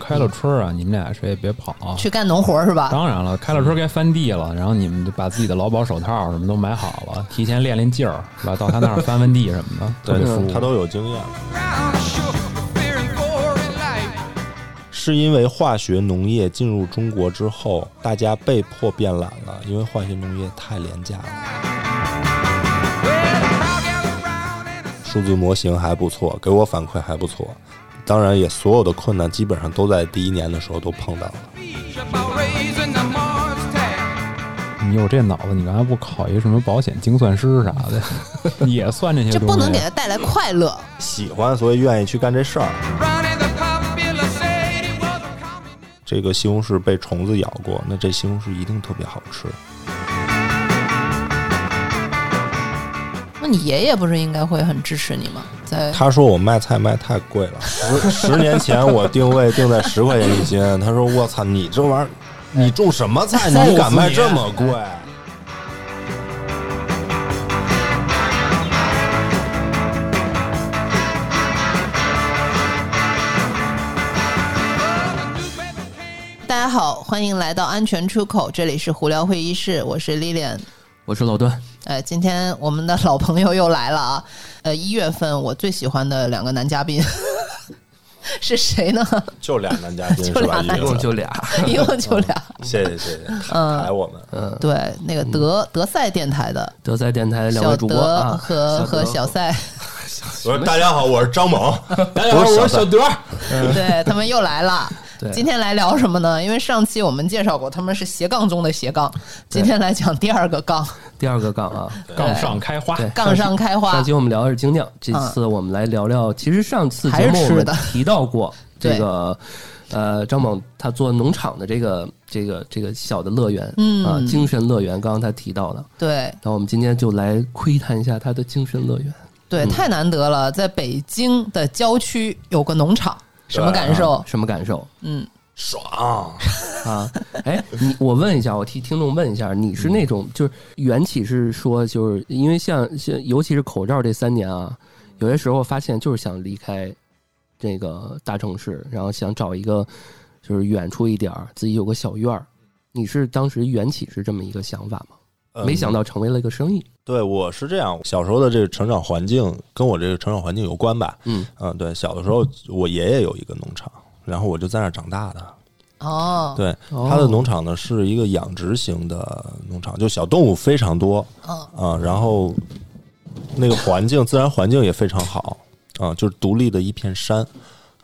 开了春儿啊，你们俩谁也别跑啊、嗯去干农活儿是吧？当然了，开了春儿该翻地了，然后你们就把自己的劳保手套什么都买好了，提前练练劲儿，是吧？到他那儿翻翻地什么 的，特别舒他服。都有经验， Round shook, fearing boring life. 是因为化学农业进入中国之后，大家被迫变懒了，因为化学农业太廉价了。 Well, the crowd gathered round and a 数字模型还不错，给我反馈还不错，当然也所有的困难基本上都在第一年的时候都碰到了。 speech about raising the Mars tax. 你有这脑子，你刚才不考一什么保险精算师啥 的，也算这些这东西。不能给他带来快乐。喜欢，所以愿意去干这事儿。 Ronnie the popular said he was a communist. 这个西红柿被虫子咬过，那这西红柿一定特别好吃。那你爷爷不是应该会很支持你吗？在他说我卖菜卖太贵了，十十年前我定位定在十块钱一斤，他说我操，你这玩意儿，你种什么菜，你敢卖这么贵？大家好，欢迎来到安全出口，这里是胡聊会议室，我是 Lilian。我是老段，呃，今天我们的老朋友又来了啊！呃，一月份我最喜欢的两个男嘉宾 是谁 呢？就俩男嘉宾就俩男嘉一共就俩，一共就俩，谢谢谢谢，抬我们。嗯，对，那个德、德赛电台的德赛电台两小位主播德啊，和、和小赛，我说大家好，我是张猛，大家好，我是小德。 对他们又来了。对今天来聊什么呢？因为上期我们介绍过他们是斜杠中的斜杠，今天来讲第二个杠，第二个 杠啊，杠上开花，对，杠上开花上。期我们聊的是精酿，这次我们来聊聊，其实上次嗯节还目是我吃们的提 到过对这个，呃，张猛他做农场的这个这个这个小的乐园，嗯啊，精神乐园，刚刚他提到的，对那我们今天就来窥探一下他的精神乐园，对，太难得了，在北京的郊区有个农场，什么感受啊？什么感受嗯，爽。啊？哎，你我问一下，我替听众问一下，你是那种就是缘起是说，就是因为像像尤其是口罩这三年啊，有些时候发现就是想离开这个大城市，然后想找一个就是远处一点儿，自己有个小院儿。你是当时缘起是这么一个想法吗？没想到，到成为了一个生意。对我是这样，小时候的这个成长环境跟我这个成长环境有关吧？嗯，嗯，对，小的时候我爷爷有一个农场，然后我就在那儿长大的。哦，对，哦它的农场呢是一个养殖型的农场，就小动物非常多嗯，啊，然后那个环境自然环境也非常好啊，就是独立的一片山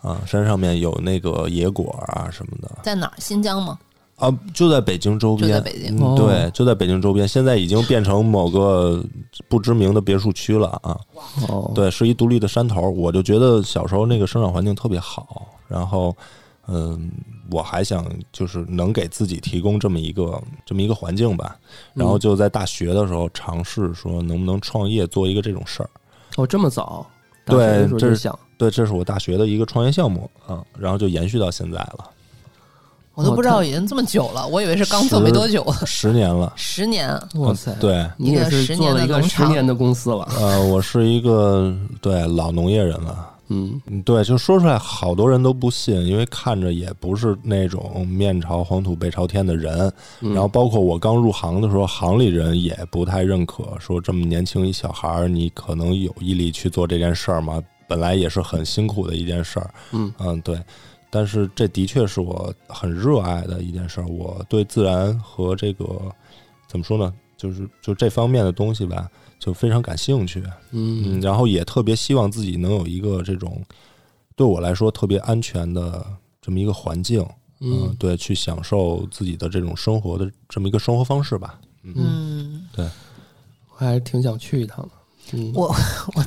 啊，山上面有那个野果啊什么的在哪儿？新疆吗？啊，就在北京周边，就在北京嗯哦对，就在北京周边，现在已经变成某个不知名的别墅区了啊，哦，对，是一独立的山头，我就觉得小时候那个生长环境特别好，然后，嗯，我还想就是能给自己提供这么一个这么一个环境吧，然后就在大学的时候尝试说能不能创业做一个这种事儿，哦，这么早，对当时的时候这就是想，对，这是我大学的一个创业项目啊、然后就延续到现在了，我都我不知特道已经这么久了，我以为是刚做没多久，十年了，十年。哇塞，对，你也是做了一个十年的公司了，呃，我是一个对老农业人了。嗯，嗯，对，就说出来，好多人都不信，因为看着也不是那种面朝黄土背朝天的人。然后，包括我刚入行的时候，行里人也不太认可，说这么年轻一小孩儿，你可能有毅力去做这件事儿吗？本来也是很辛苦的一件事儿。嗯对。但是这的确是我很热爱的一件事儿，我对自然和这个怎么说呢，就是就这方面的东西吧，就非常感兴趣。嗯，嗯，然后也特别希望自己能有一个这种对我来说特别安全的这么一个环境，嗯对，去享受自己的这种生活的这么一个生活方式吧。嗯，我还是挺想去一趟的。嗯，我我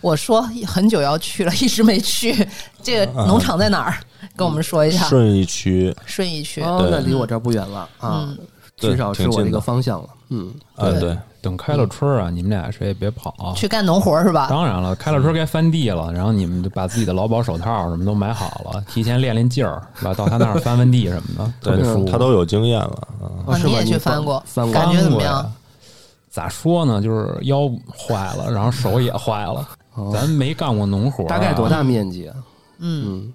我说很久要去了，一直没去。这个农场在哪儿？跟我们说一下。顺义区，顺义区。哦，那离我这儿不远了啊，嗯对至少是挺我近这个的方向了。嗯，嗯，对对，等开了春儿啊，你们俩谁也别跑啊、去干农活儿是吧？当然了，开了春儿该翻地了，然后你们就把自己的劳保手套什么都买好了，提前练练劲儿，是吧？到他那儿翻翻地什么 的，特别舒服。对，他都有经验了。嗯哦啊是你吗也去你翻翻过翻过感觉怎么样翻过呀？咋说呢？就是腰坏了，然后手哦哦也坏了。咱没干过农活、啊啊大概多？大面积啊？嗯，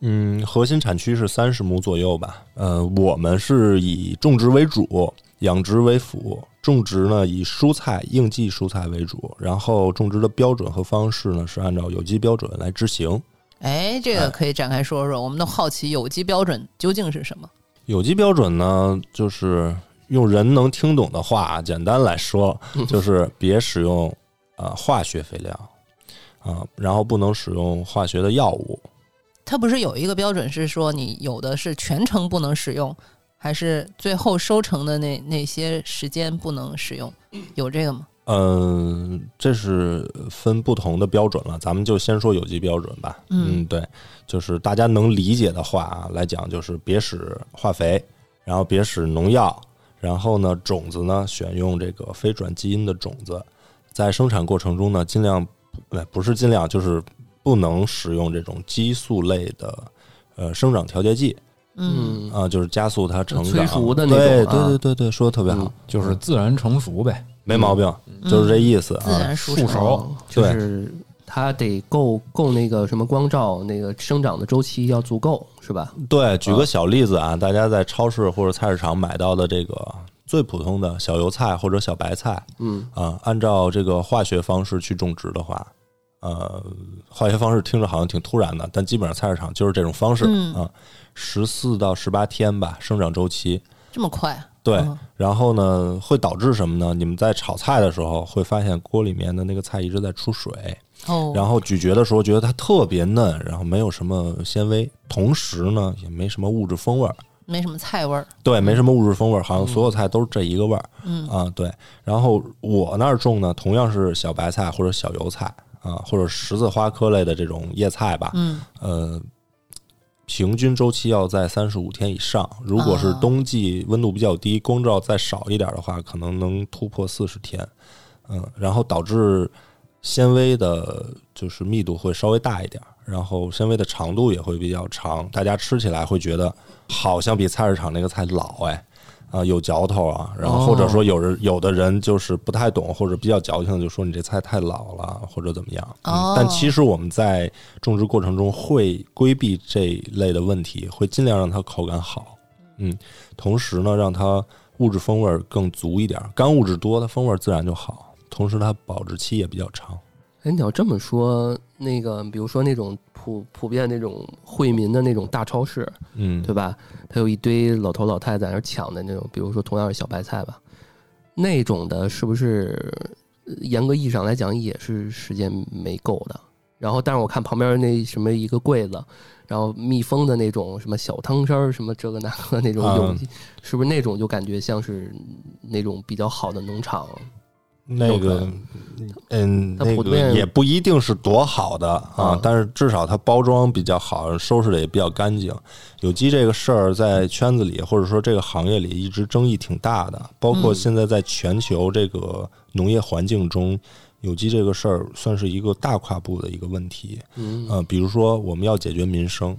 嗯，核心产区是三十亩左右吧。呃，我们是以种植为主，养殖为辅。种植呢以蔬菜、应季蔬菜为主，然后种植的标准和方式呢是按照有机标准来执行。哎，这个可以展开说说，我们都好奇有机标准究竟是什么？有机标准呢，就是用人能听懂的话，简单来说，就是别使用呃化学肥料啊、然后不能使用化学的药物。它不是有一个标准是说你有的是全程不能使用，还是最后收成的那那些时间不能使用？有这个吗？嗯，这是分不同的标准了，咱们就先说有机标准吧。嗯对，就是大家能理解的话啊来讲，就是别使化肥，然后别使农药，然后呢，种子呢选用这个非转基因的种子，在生产过程中呢，尽量呃不是尽量，就是不能使用这种激素类的呃生长调节剂嗯，啊、就是加速它成催长熟的那对种啊对对对对，说的特别好，嗯就是自然成熟呗，没毛病，嗯就是这意思啊。自然熟树成。熟。哦就是它得够够那个什么光照，那个生长的周期要足够，是吧？嗯对，举嗯个小例子啊，大家在超市或者菜市场买到的这个最普通的小油菜或者小白菜嗯，啊，按照这个化学方式去种植的话，呃，化学方式听着好像挺突然的，但基本上菜市场就是这种方式嗯啊，十四到十八天吧，生长周期。这么快啊？对嗯，然后呢，会导致什么呢？你们在炒菜的时候会发现锅里面的那个菜一直在出水，哦，然后咀嚼的时候觉得它特别嫩，然后没有什么纤维，同时呢也没什么物质风味儿。没什么菜味儿。对，没什么物质风味儿，好像所有菜都是这一个味儿。嗯啊，对。然后我那儿种呢，同样是小白菜或者小油菜啊，或者十字花科类的这种叶菜吧。嗯，呃，平均周期要在三十五天以上。如果是哦冬季温度比较低，光照再少一点的话，可能能突破四十天。嗯，然后导致纤维的，就是密度会稍微大一点，然后纤维的长度也会比较长，大家吃起来会觉得好像比菜市场那个菜老哎。啊，有嚼头啊，然后或者说有人、有的人就是不太懂，或者比较矫情，就说你这菜太老了，或者怎么样。哦嗯，但其实我们在种植过程中会规避这一类的问题，会尽量让它口感好。嗯，同时呢，让它物质风味儿更足一点儿，干物质多，它风味儿自然就好。同时，它保质期也比较长。哎，你要这么说，那个比如说那种普普遍那种惠民的那种大超市，嗯，对吧？它有一堆老头老太在那儿抢的那种，比如说同样是小白菜吧，那种的是不是呃严格意义上来讲也是时间没够的？然后，但是我看旁边那什么一个柜子，然后密封的那种什么小汤汁儿，什么这个那个那种啊有机，是不是那种就感觉像是那种比较好的农场？那有可个，嗯，它那普个遍也不一定是多好的啊啊，但是至少它包装比较好，收拾的也比较干净。有机这个事儿在圈子里或者说这个行业里一直争议挺大的，包括嗯现在在全球这个农业环境中，有机这个事儿算是一个大跨步的一个问题。嗯，呃，比如说我们要解决民生，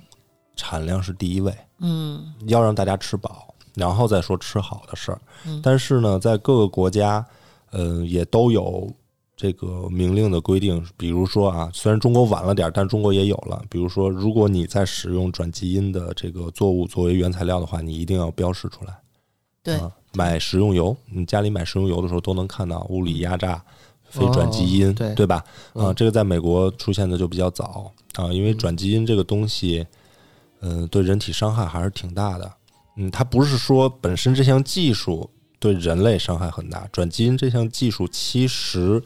产量是第一位，嗯要让大家吃饱，然后再说吃好的事儿。嗯但是呢，在各个国家，呃，也都有这个明令的规定。比如说啊，虽然中国晚了点儿，但中国也有了。比如说，如果你在使用转基因的这个作物作为原材料的话，你一定要标示出来。对啊，买食用油，你家里买食用油的时候都能看到物理压榨。非转基因，哦对对吧？嗯啊，这个在美国出现的就比较早啊，因为转基因这个东西，嗯、对人体伤害还是挺大的。嗯，它不是说本身这项技术对人类伤害很大，转基因这项技术其实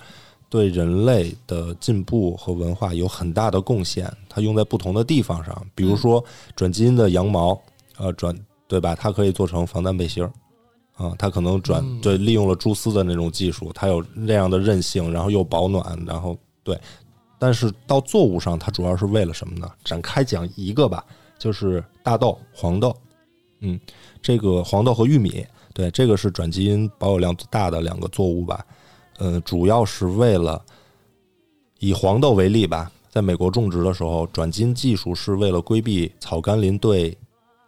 对人类的进步和文化有很大的贡献。它用在不同的地方上，比如说转基因的羊毛，呃，转对吧？它可以做成防弹背心儿。啊，它可能转嗯对利用了蛛丝的那种技术，它有那样的韧性，然后又保暖，然后对，但是到作物上，它主要是为了什么呢？展开讲一个吧，就是大豆、黄豆，嗯，这个黄豆和玉米，对，这个是转基因保有量最大的两个作物吧。呃，主要是为了以黄豆为例吧，在美国种植的时候，转基因技术是为了规避草甘膦对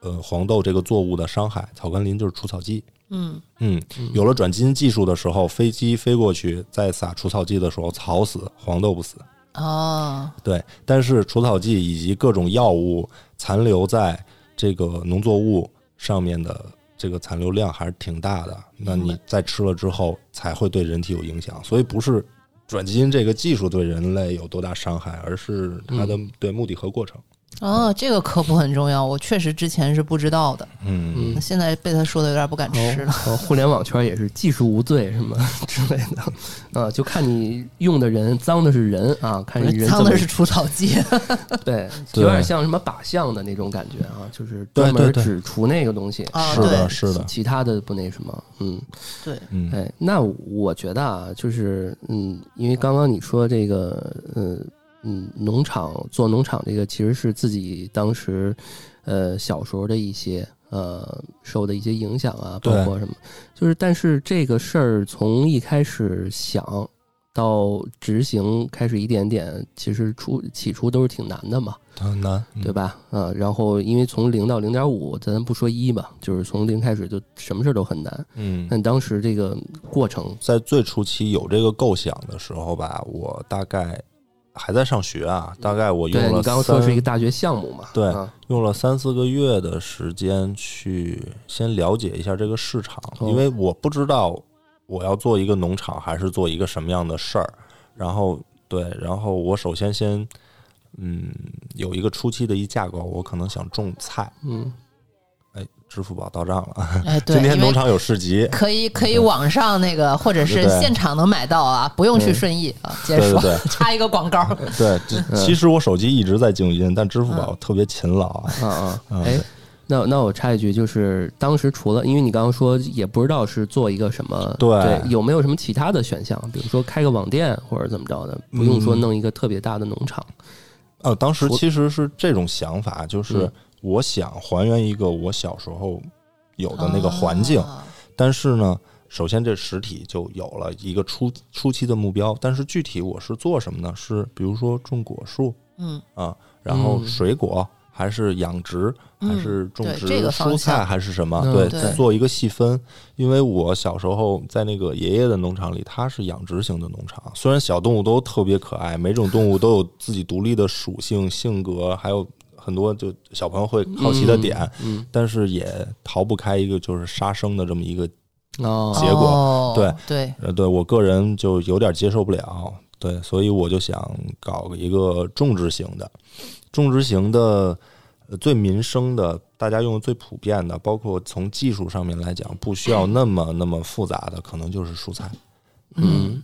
呃黄豆这个作物的伤害。草甘膦就是除草剂。嗯，嗯，有了转基因技术的时候，飞机飞过去在撒除草剂的时候，草死，黄豆不死。哦，对，但是除草剂以及各种药物残留在这个农作物上面的这个残留量还是挺大的。那你在吃了之后才会对人体有影响，所以不是转基因这个技术对人类有多大伤害，而是它嗯的对目的和过程。哦，这个科普很重要，我确实之前是不知道的，嗯嗯，现在被他说的有点不敢吃了。哦，互联网圈也是技术无罪什么 之类的，啊，就看你用的人，脏的是人啊，看你人脏怎的么是除草剂， 对，对有点像什么靶向的那种感觉啊，就是对专门对对只除那个东西，啊是的，对是的，其他的不那什么，嗯，对，嗯，哎，那我觉得啊，就是嗯，因为刚刚你说这个，呃，嗯，农场做农场这个其实是自己当时，呃，小时候的一些呃受的一些影响啊，包对括什么，就是但是这个事儿从一开始想到执行开始一点点，其实初起初都是挺难的嘛，很难，嗯对吧？啊，然后因为从零到零点五，咱不说一吧，就是从零开始就什么事儿都很难。嗯，但当时这个过程，在最初期有这个构想的时候吧，我大概还在上学啊，大概我用对了你刚刚说三是一个大学项目嘛？对啊用了三四个月的时间去先了解一下这个市场，哦因为我不知道我要做一个农场还是做一个什么样的事儿。然后对，然后我首先先嗯有一个初期的一架构，我可能想种菜。嗯，哎，支付宝到账了，哎，对， 今天因农为场有市集。可以可以网上那个或者是对现场能买到啊，不用去顺义啊。接对着对说，对 插一个广告，对，这其实我手机一直在静音，但支付宝特别勤劳啊。啊啊，嗯哎，那那我插一句，就是当时除了因为你刚刚说也不知道是做一个什么，对有没有什么其他的选项？比如说开个网店或者怎么着的，不用嗯说弄一个特别大的农场。呃，当时除其实是这种想法，就是嗯我想还原一个我小时候有的那个环境，啊但是呢，首先这实体就有了一个初初期的目标，但是具体我是做什么呢？是比如说种果树嗯，啊，然后嗯水果。还是养殖，还嗯是种对植这个蔬方菜，向还是什么？嗯对，对做一个细分。因为我小时候在那个爷爷的农场里，他是养殖型的农场，虽然小动物都特别可爱，每种动物都有自己独立的属性、性格，还有很多就小朋友会好奇的点，嗯，但是也逃不开一个就是杀生的这么一个嗯，哦，结果哦对对，呃，对我个人就有点接受不了，对，所以我就想搞一个种植型的，种植型的，呃最民生的，大家用的最普遍的，包括从技术上面来讲，不需要那么那么复杂的，可能就是蔬菜，嗯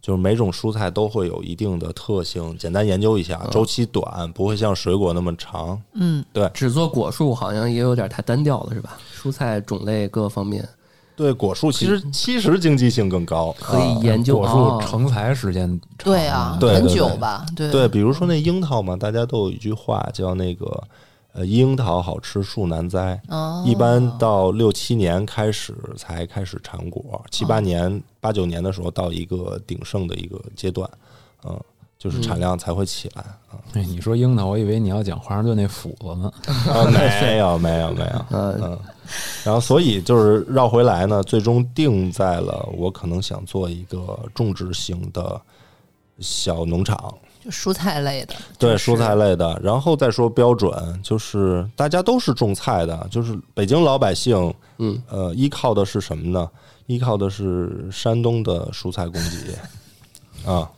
就是每种蔬菜都会有一定的特性，简单研究一嗯下，周期短，不会像水果那么长，嗯，只做果树好像也有点太单调了，是吧？蔬菜种类各方面对，果树其实其实经济性更高，嗯可以研究。果哦树成材时间长对啊，对很对久对吧，对对，比如说那樱桃嘛，大家都有一句话叫那个，呃，樱桃好吃树难栽。哦一般到六七年开始才开始产果，七八年、八九年的时候到一个鼎盛的一个阶段，嗯，就是产量才会起来。哎，你说樱桃，我以为你要讲华盛顿那斧子呢。啊，没有没有没有，呃，嗯，然后所以就是绕回来呢，最终定在了我可能想做一个种植型的小农场，就蔬菜类的，对就是蔬菜类的，然后再说标准，就是大家都是种菜的，就是北京老百姓，嗯，呃，依靠的是什么呢？依靠的是山东的蔬菜供给，啊，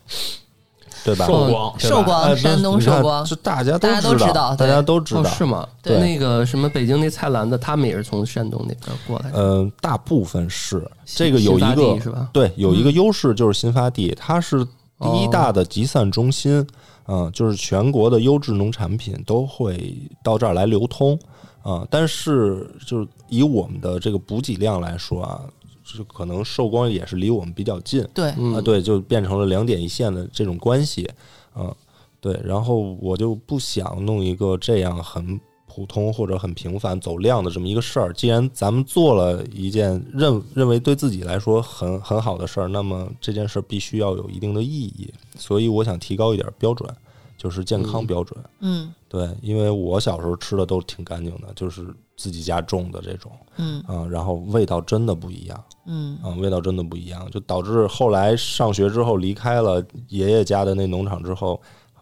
对吧？寿光寿光哎哦山东你看寿光这大家大家都知知道大对家都知道哦，，是吗？对那个什么北京那菜篮子，他们也是从山东那边过来的。嗯、大部分是新这个有一新发个地是吧？对有一个优势就是新发地，它是第一大的集散中心，嗯、就是全国的优质农产品都会到这儿来流通，啊、但是就是以我们的这个补给量来说啊，就是可能寿光也是离我们比较近，对，嗯啊，对，就变成了两点一线的这种关系，嗯，对，然后我就不想弄一个这样很普通或者很平凡走量的这么一个事儿。既然咱们做了一件认认为对自己来说很很好的事儿，那么这件事儿必须要有一定的意义，所以我想提高一点标准，就是健康嗯标准。嗯对，因为我小时候吃的都挺干净的，就是自己家种的这种，嗯嗯，然后味道真的不一样。嗯，嗯，味道真的不一样，就导致后来上学之后离开了爷爷家的那农场之后，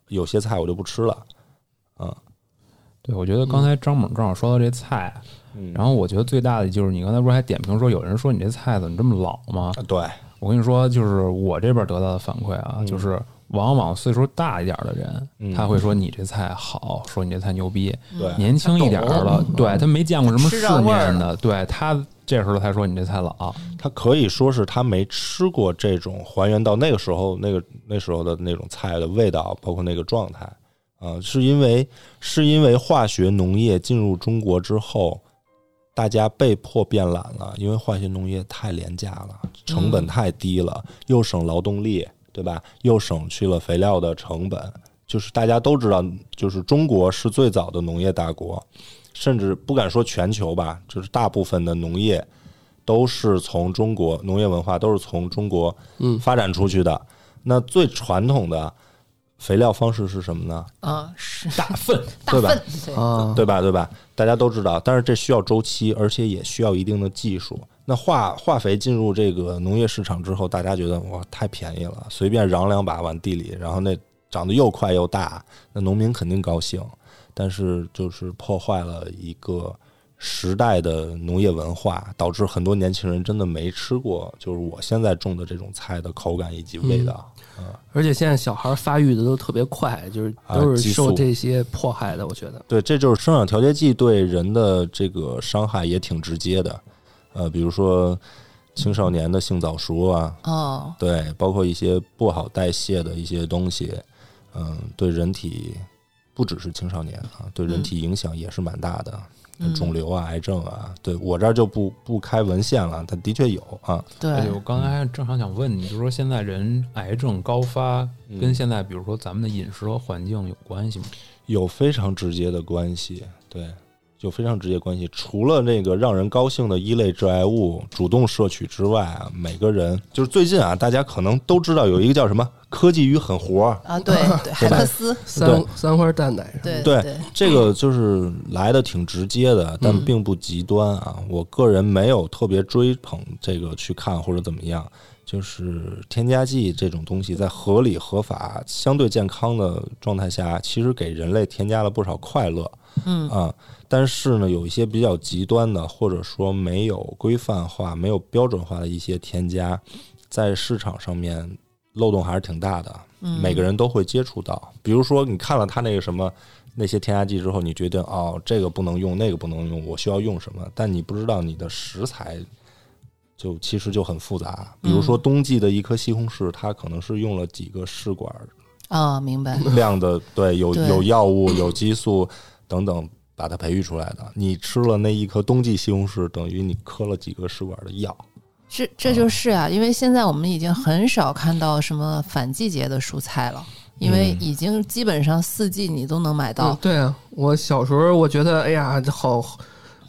有些菜我就不吃了。嗯，对，我觉得刚才张猛正好说到这菜，嗯然后我觉得最大的就是你刚才不是还点评说有人说你这菜怎么这么老吗？啊对，我跟你说，就是我这边得到的反馈嗯啊，就是往往岁数大一点的人，嗯他会说你这菜好，说你这菜牛逼。嗯对年轻一点儿的，对他没见过什么吃世着味儿面的，对他这时候才说你这菜老。他可以说是他没吃过这种还原到那个时候那个那时候的那种菜的味道，包括那个状态啊、是因为是因为化学农业进入中国之后，大家被迫变懒了，因为化学农业太廉价了，成本太低了，又省劳动力，对吧？又省去了肥料的成本，就是大家都知道，就是中国是最早的农业大国，甚至不敢说全球吧，就是大部分的农业都是从中国农业文化都是从中国嗯发展出去的。那最传统的肥料方式是什么呢？啊，是大粪，大 对吧粪，对啊，对吧？对吧？大家都知道，但是这需要周期，而且也需要一定的技术。那化化肥进入这个农业市场之后，大家觉得哇太便宜了，随便瓤两把往地里，然后那长得又快又大，那农民肯定高兴。但是就是破坏了一个时代的农业文化，导致很多年轻人真的没吃过，就是我现在种的这种菜的口感以及味道。而且现在小孩发育的都特别快，就是都啊是激受素这些迫害的，我觉得。对，这就是生长调节剂对人的这个伤害也挺直接的，呃，比如说青少年的性早熟啊，哦，对，包括一些不好代谢的一些东西，嗯，对人体不只是青少年啊，对人体影响也是蛮大的，嗯肿瘤啊、癌症啊，对我这儿就不不开文献了，但的确有啊，而且对哎我刚才正好想问你，就是说现在人癌症高发，嗯跟现在比如说咱们的饮食和环境有关系吗？有非常直接的关系，对，有非常直接关系。除了那个让人高兴的一类致癌物主动摄取之外啊，每个人就是最近啊，大家可能都知道有一个叫什么“科技与狠活儿啊，对 对，海克斯，三三花蛋奶是吧对”，对，这个就是来的挺直接的，但嗯并不极端啊。我个人没有特别追捧这个去看或者怎么样。就是添加剂这种东西，在合理、合法、相对健康的状态下，其实给人类添加了不少快乐。嗯啊，但是呢，有一些比较极端的，或者说没有规范化、没有标准化的一些添加，在市场上面漏洞还是挺大的，嗯，每个人都会接触到。比如说，你看了他那个什么那些添加剂之后，你决定哦，这个不能用，那个不能用，我需要用什么，但你不知道你的食材。就其实就很复杂，比如说嗯冬季的一颗西红柿，它可能是用了几个试管啊，明白，量的，对，有对有药物、有激素等等把它培育出来的。你吃了那一颗冬季西红柿，等于你嗑了几个试管的药。这这就是啊，因为现在我们已经很少看到什么反季节的蔬菜了，因为已经基本上四季你都能买嗯到，对啊，我小时候我觉得，哎呀，这好，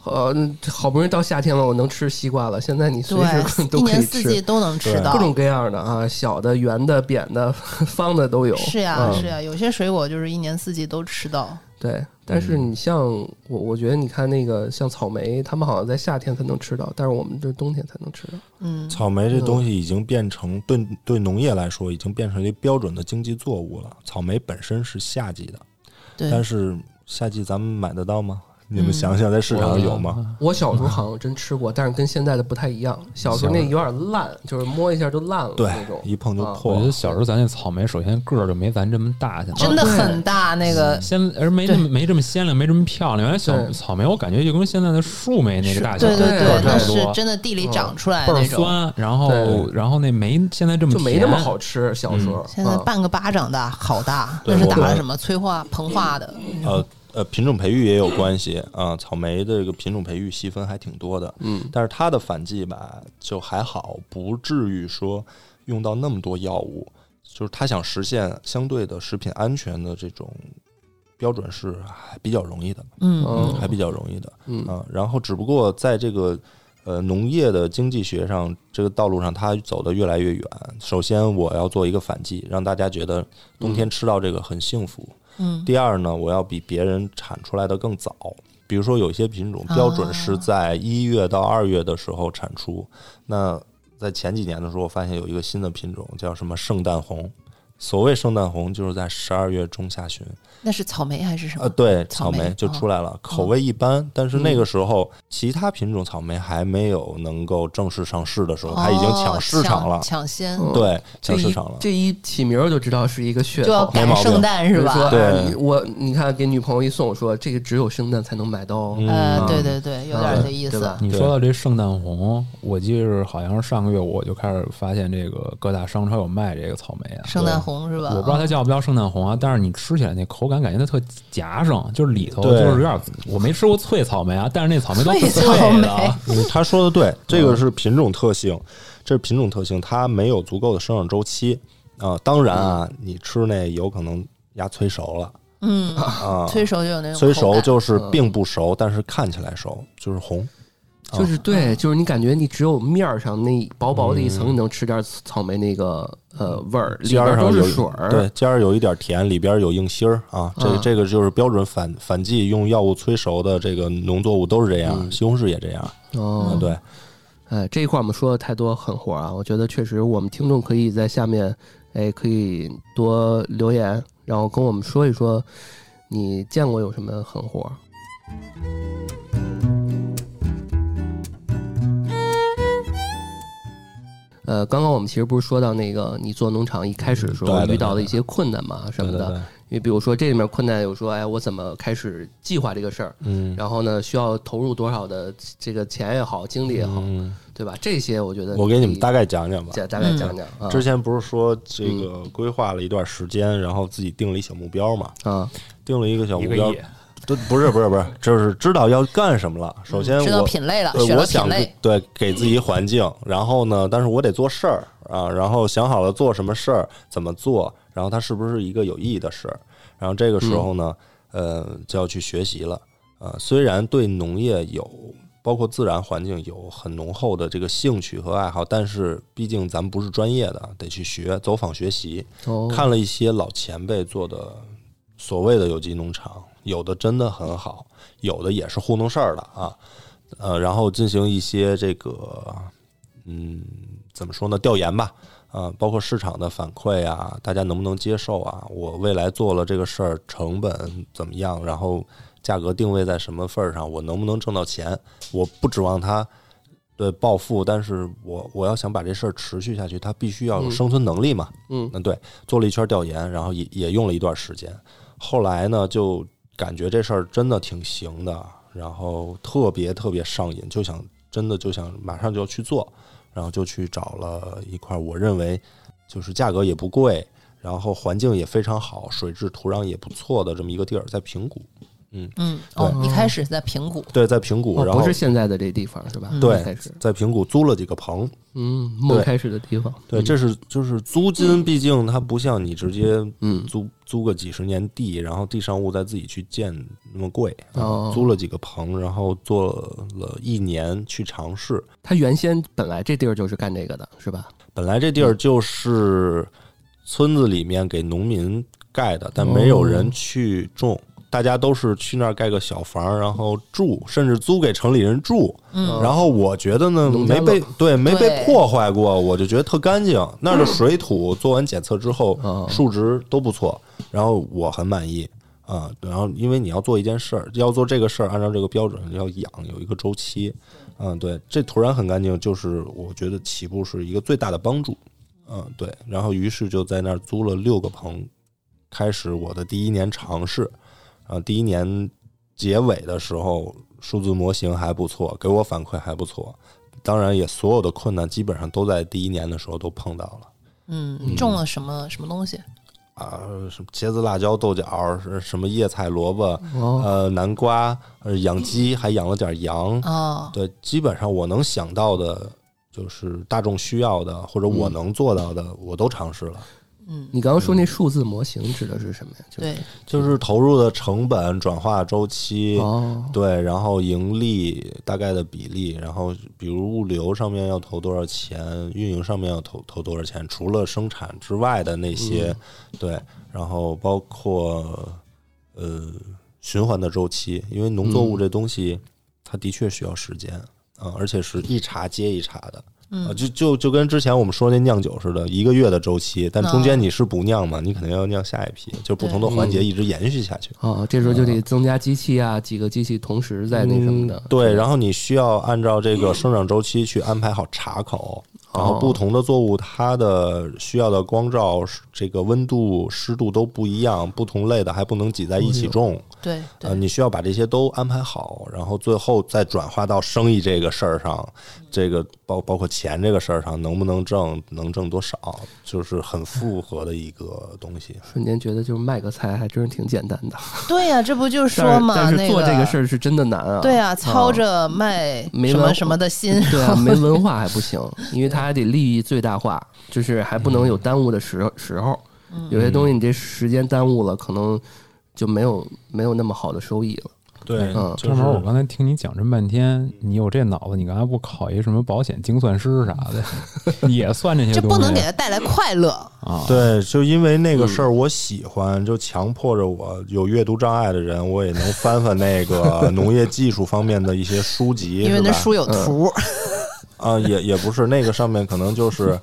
呃，好不容易到夏天了，我能吃西瓜了。现在你随时对，都一可年以四季吃，都能吃对到各。种各样的啊，小的、圆的、扁的、 方的都有。是呀、嗯是呀、有些水果就是一年四季都吃到。对。但是嗯你像我，我觉得你看那个像草莓，他们好像在夏天才能吃到，但是我们这冬天才能吃到。嗯，草莓这东西已经变成对对农业来说，已经变成一个标准的经济作物了。草莓本身是夏季的，但对，是夏季咱们买得到吗？你们嗯想想，在市场上有吗？我小时候好像真吃过，但是跟现在的不太一样。小时候那有点烂，就是摸一下就烂了对那种，。一碰就啊我破觉。得小时候咱那草莓，首先个儿就没咱这么大，现在真的很大那个。先而没这么没这么鲜亮，没这么漂亮。原来小对草莓，我感觉就跟现在的树莓那个大小对差对对对那不是多，真的地里长出来倍儿那种。酸。然后对然后那没现在这么就没那么甜好吃，小时候。现在嗯半个巴掌大，好大，对那是打我了们什么催化、膨化的？呃呃，品种培育也有关系啊。草莓的这个品种培育细分还挺多的，嗯，但是它的反季吧就还好，不至于说用到那么多药物。就是它想实现相对的食品安全的这种标准是还比较容易的，嗯嗯嗯还比较容易的嗯啊。然后只不过在这个呃农业的经济学上，这个道路上它走得越来越远。首先，我要做一个反季，让大家觉得冬天吃到这个很幸福。嗯第二呢，我要比别人产出来的更早。比如说，有一些品啊种标准是在一月到二月的时候产出。那在前几年的时候，我发现有一个新的品种叫什么圣诞红，所谓圣诞红，就是在十二月中下旬，那是草莓还是什么？呃，对，草草莓嗯莓就哦出来了，口味一般。但是那个时候，其他品种草莓还没有能够正式上市的时候，它已经抢市场了哦抢，抢先嗯对，这抢市一场了。这一起名儿就知道是一个噱头，就要没赶毛病圣诞是就是说吧？对啊你我你看给女朋友一送，说这个只有圣诞才能买到哦。嗯呃，对对对，有点嗯这意对思吧。你对说到这圣诞红，我记着好像是上个月我就开始发现这个各大商超有卖这个草莓啊。圣诞红是吧？嗯我不知道它叫不叫圣诞红啊，但是你吃起来那口感感觉它特夹生，就是里头就对是有点，我没吃过脆草莓啊，但是那草莓都脆脆草莓啊的，嗯，他说的对，这嗯个是品种特性，这是品种特性，它没有足够的生长周期啊、当然啊，你吃那有可能压催熟了嗯，啊，催熟就有那种催口熟感就是嗯并不熟，但是看起来熟，就是红。就是哦嗯对，就是你感觉你只有面儿上那薄薄的一层，你能吃点草莓那个呃味儿，里尖边嗯儿都上是有水儿，对，，尖儿有一点甜，里边有硬芯儿啊。这个、嗯这个就是标准反反季用药物催熟的这个农作物都是这样，嗯西红柿也这样。哦，对，哎，这一块我们说的太多狠活啊，我觉得确实我们听众可以在下面，哎，可以多留言，然后跟我们说一说你见过有什么狠活儿。呃，刚刚我们其实不是说到那个你做农场一开始的时嗯候对对遇到的一些困难嘛什么对对的，对因为比如说这里面困难有说，哎，我怎么开始计划这个事儿，嗯然后呢，需要投入多少的这个钱也好，精力也好，嗯，对吧？这些我觉得我给你们可以大概讲讲吧。嗯讲大概讲讲啊之前不是说这嗯个规划了一段时间，然后自己定了一小目标嘛？啊，定了一个小一目个标亿，。这不是不是不是，就是知道要干什么了。嗯首先知道我品类了，呃学我了品想类，对给自己环境，然后呢，但是我得做事儿啊，然后想好了做什么事儿，怎么做，然后它是不是一个有意义的事儿，然后这个时候呢，嗯呃，就要去学习了。呃，虽然对农业有包括自然环境有很浓厚的这个兴趣和爱好，但是毕竟咱们不是专业的，得去学走访学习。哦，看了一些老前辈做的所谓的有机农场，有的真的很好，有的也是糊弄事儿的啊。呃，然后进行一些这个，嗯，怎么说呢，调研吧，啊、包括市场的反馈啊，大家能不能接受啊？我未来做了这个事儿，成本怎么样？然后价格定位在什么份儿上？我能不能挣到钱？我不指望它对暴富，但是我我要想把这事儿持续下去，它必须要有嗯生存能力嘛。嗯那对，做了一圈调研，然后也也用了一段时间。后来呢，就感觉这事儿真的挺行的，然后特别特别上瘾，就想真的就想马上就要去做，然后就去找了一块我认为就是价格也不贵，然后环境也非常好，水质土壤也不错的这么一个地儿，在平谷。嗯，哦，对一开始是在平谷，对，在平谷，哦，然后不是现在的这地方是吧？对开始，在平谷租了几个棚，嗯，梦对开始的地方，对，嗯这是就是租金，毕竟它不像你直接嗯租租个几十年地，然后地上物再自己去建那么贵。哦租了几个棚，然后做了一年去尝试。他原先本来这地儿就是干这个的，是吧？本来这地嗯儿就是村子里面给农民盖的，但没有人去种，大家都是去那儿盖个小房，然后住，甚至租给城里人住。嗯，然后我觉得呢，农家没乐被对没对被破坏过，我就觉得特干净。那儿的水土做完检测之后哦，数值都不错，然后我很满意啊。然后因为你要做一件事儿，要做这个事儿，按照这个标准要养，有一个周期。嗯，对，这土壤很干净，就是我觉得起步是一个最大的帮助。嗯，对。然后于是就在那儿租了六个棚，开始我的第一年尝试。啊，第一年结尾的时候，数字模型还不错，给我反馈还不错。当然，也所有的困难基本上都在第一年的时候都碰到了嗯，你种了什么什么东西？啊，什么茄子、辣椒、豆角，是什么叶菜、萝卜，哦，呃，南瓜，呃，养鸡，还养了点羊。哦，对，基本上我能想到的，就是大众需要的或者我嗯能做到的，我都尝试了。嗯，你刚刚说那数字模型指的是什么呀？就是对，就是投入的成本、转化周期，哦，对，然后盈利大概的比例，然后比如物流上面要投多少钱，运营上面要投投多少钱，除了生产之外的那些，对，然后包括呃循环的周期，因为农作物这东西、它的确需要时间啊、而且是一茬接一茬的，啊，就就就跟之前我们说那酿酒似的，一个月的周期，但中间你是不酿嘛，你肯定要酿下一批，就不同的环节一直延续下去。啊，这时候就得增加机器啊，几个机器同时在那什么的嗯，对，然后你需要按照这个生长周期去安排好茬口，哦然后不同的作物它的需要的光照、这个温度、湿度都不一样，不同类的还不能挤在一起种。嗯对呃，对，你需要把这些都安排好，然后最后再转化到生意这个事儿上，这个包包括钱这个事儿上，能不能挣，能挣多少，就是很复合的一个东西。瞬间觉得就是卖个菜还真是挺简单的，对呀、这不就 但说是嘛，但是做那这个事儿是真的难啊。对啊，操着卖没什文么化什么的心，对啊，没文化还不行，因为它还得利益最大化，就是还不能嗯有耽误的时候时候。有些东西你这时间耽误了，可能就没有没有那么好的收益了。对嗯正好我刚才听你讲这么半天，你有这脑子，你刚才不考一什么保险精算师啥的， 也算这些 这东西不能给他带来快乐。嗯啊？，对，就因为那个事儿，我喜欢，就强迫着我有阅读障碍的人，我也能翻翻那个 农业技术方面的一些书籍，因为是那吧书有图，啊，也也不是那个上面可 能就是，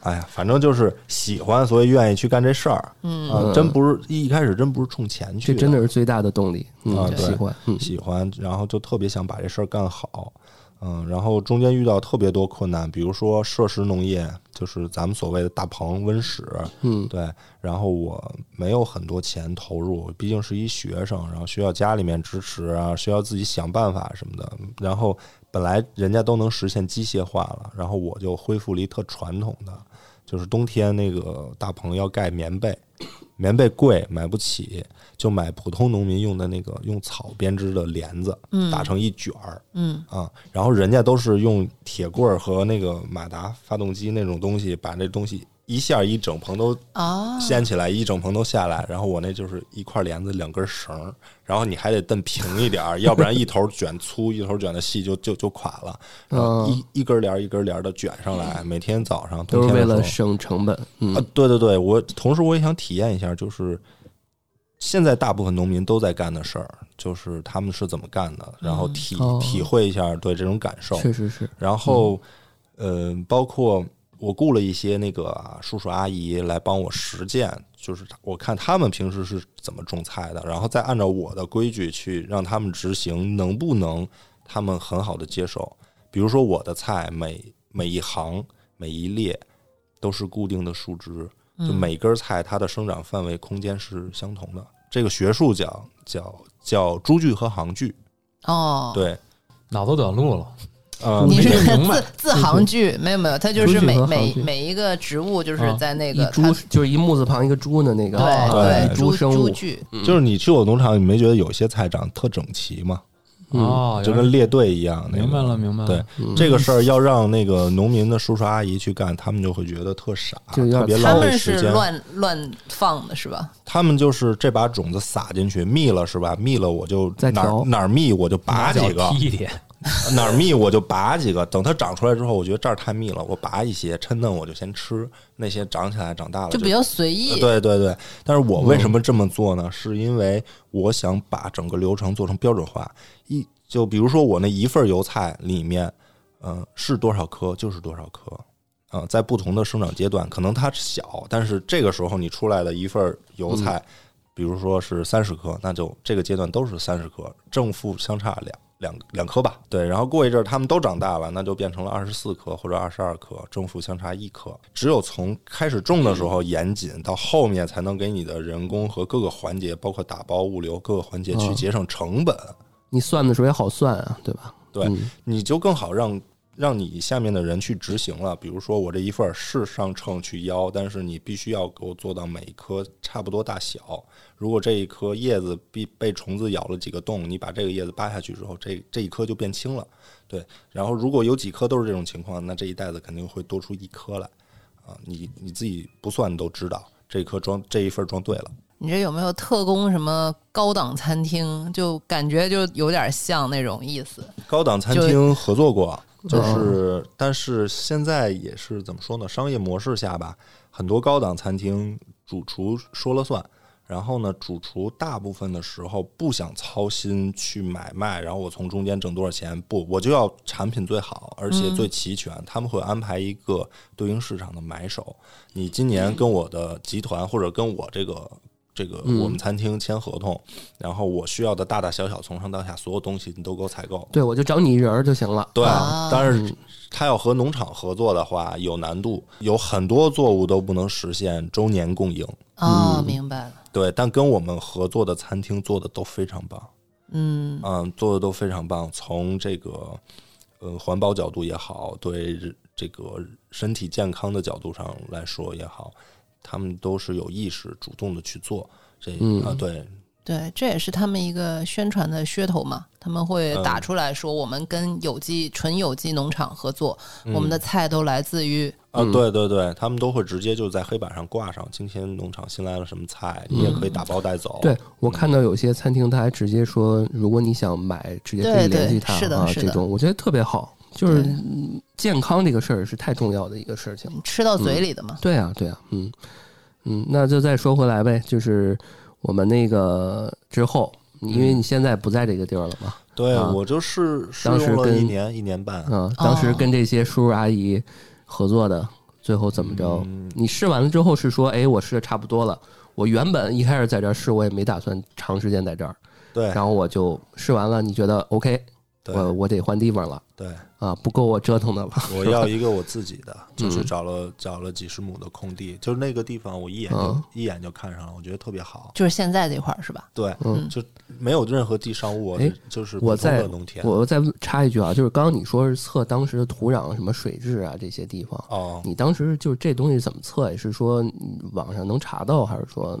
哎呀，反正就是喜欢，所以愿意去干这事儿。嗯、啊，真不是一一开始真不是冲钱去这的，真的是最大的动力，嗯，啊对喜欢，嗯，喜欢，然后就特别想把这事儿干好。嗯，然后中间遇到特别多困难，比如说设施农业，就是咱们所谓的大棚温室，嗯对。然后我没有很多钱投入，毕竟是一学生，然后需要家里面支持啊，需要自己想办法什么的。然后本来人家都能实现机械化了，然后我就恢复了一特传统的，就是冬天那个大棚要盖棉被，棉被贵买不起，就买普通农民用的那个用草编织的帘子，打成一卷儿，嗯啊，然后人家都是用铁棍儿和那个马达发动机那种东西，把那东西一下一整棚都啊，掀起来，一整棚都下来。然后我那就是一块帘子，两根绳儿，然后你还得蹬平一点儿，要不然一头卷粗，一头卷的细就，就就垮了。然后一一根帘儿一根帘的卷上来，嗯每天早上嗯都冬天是为的时了候省成本，嗯啊，对对对，我同时我也想体验一下，就是现在大部分农民都在干的事儿，就是他们是怎么干的，然后体、哦体会一下对这种感受。确实是，然后，嗯、包括我雇了一些那个啊叔叔阿姨来帮我实践，就是我看他们平时是怎么种菜的，然后再按照我的规矩去让他们执行，能不能他们很好的接受？比如说我的菜每每一行每一列都是固定的树枝，嗯就每根菜它的生长范围空间是相同的。这个学术讲叫叫株距和行距，哦，对，脑子短路了，呃，你是没有明白自自行距，没有没有，它就是每逐句和行每距每一个植物就是啊在那一个它株就是一木字旁一个猪的那个，对啊对一株株生株物，距，嗯就是你去我农场，你没觉得有些菜长得特整齐吗？哦，嗯就跟列队一样。那个明白了，嗯明白了。对，这个事儿要让那个农民的叔叔阿姨去干，他们就会觉得特傻，就有点特别他浪费们时是间。乱乱放的是吧？他们就是这把种子撒进去，密了是吧？密了我就再哪调儿哪儿密我就拔拿脚几个，踢踢， 哪儿密我就拔几个。等它长出来之后，我觉得这儿太密了，我拔一些，抻嫩我就先吃。那些长起来长大了就就啊比较随意，呃对对对，但是我为什么这么做呢？是因为我想把整个流程做成标准化。一就比如说我那一份油菜里面，嗯、是多少颗就是多少颗。啊、在不同的生长阶段，可能它小，但是这个时候你出来的一份油菜，比如说是三十颗，那就这个阶段都是三十颗，正负相差两两两颗吧。对，然后过一阵儿它们都长大了，那就变成了二十四颗或者二十二颗，正负相差一颗。只有从开始种的时候严谨，到后面才能给你的人工和各个环节，包括打包、物流各个环节去节省成本。你算的时候也好算啊，对吧？对，嗯你就更好让让你下面的人去执行了。比如说，我这一份儿是上秤去腰，但是你必须要给我做到每一颗差不多大小。如果这一颗叶子被被虫子咬了几个洞，你把这个叶子扒下去之后，这这一颗就变轻了。对，然后如果有几颗都是这种情况，那这一袋子肯定会多出一颗来。啊，你你自己不算你都知道，这一颗装这一份儿装对了。你这有没有特供什么高档餐厅？就感觉就有点像那种意思。高档餐厅合作过，就是，但是现在也是怎么说呢？商业模式下吧，很多高档餐厅主厨说了算，然后呢，主厨大部分的时候不想操心去买卖，然后我从中间挣多少钱，不，我就要产品最好，而且最齐全。他们会安排一个对应市场的买手。你今年跟我的集团或者跟我这个这个嗯我们餐厅签合同，然后我需要的大大小小从上到下所有东西你都给我采购。对我就找你一人儿就行了。对啊，但是他要和农场合作的话，有难度，有很多作物都不能实现周年供应。哦，嗯明白了，对，但跟我们合作的餐厅做的都非常棒，嗯嗯，做的都非常棒。从这个呃环保角度也好，对这个身体健康的角度上来说也好，他们都是有意识、主动的去做这啊、嗯对，对，这也是他们一个宣传的噱头嘛，他们会嗯打出来说我们跟有机纯有机农场合作，我们嗯的菜都来自于啊，嗯对对对，他们都会直接就在黑板上挂上今天农场新来了什么菜，你也可以打包带走。对嗯我看到有些餐厅，他还直接说，如果你想买，直接可对以对联系他是的啊。是的这种我觉得特别好，就是对嗯健康这个事儿是太重要的一个事情。吃到嘴里的嘛，对啊，对啊，嗯嗯，那就再说回来呗，就是我们那个之后，因嗯为你现在不在这个地儿了嘛，对，啊我就是试当时用了一跟年一年半，嗯，哦当时跟这些叔叔阿姨合作的，最后怎么着？嗯你试完了之后是说，哎，我试的差不多了。我原本一开始在这儿试，我也没打算长时间在这儿，对然后我就试完了，你觉得 OK，对我我得换地方了对，啊，不够我折腾的了。我要一个我自己 的，就是嗯找了找了几十亩的空地，就是那个地方我一眼就嗯一眼就看上了，我觉得特别好。就是现在这块儿是吧？对，嗯就没有任何地上物，哎就是普我通的再农田。我再插一句啊，就是刚刚你说是测当时的土壤什么水质啊这些地方，哦，你当时就是这东西怎么测？也是说你网上能查到，还是说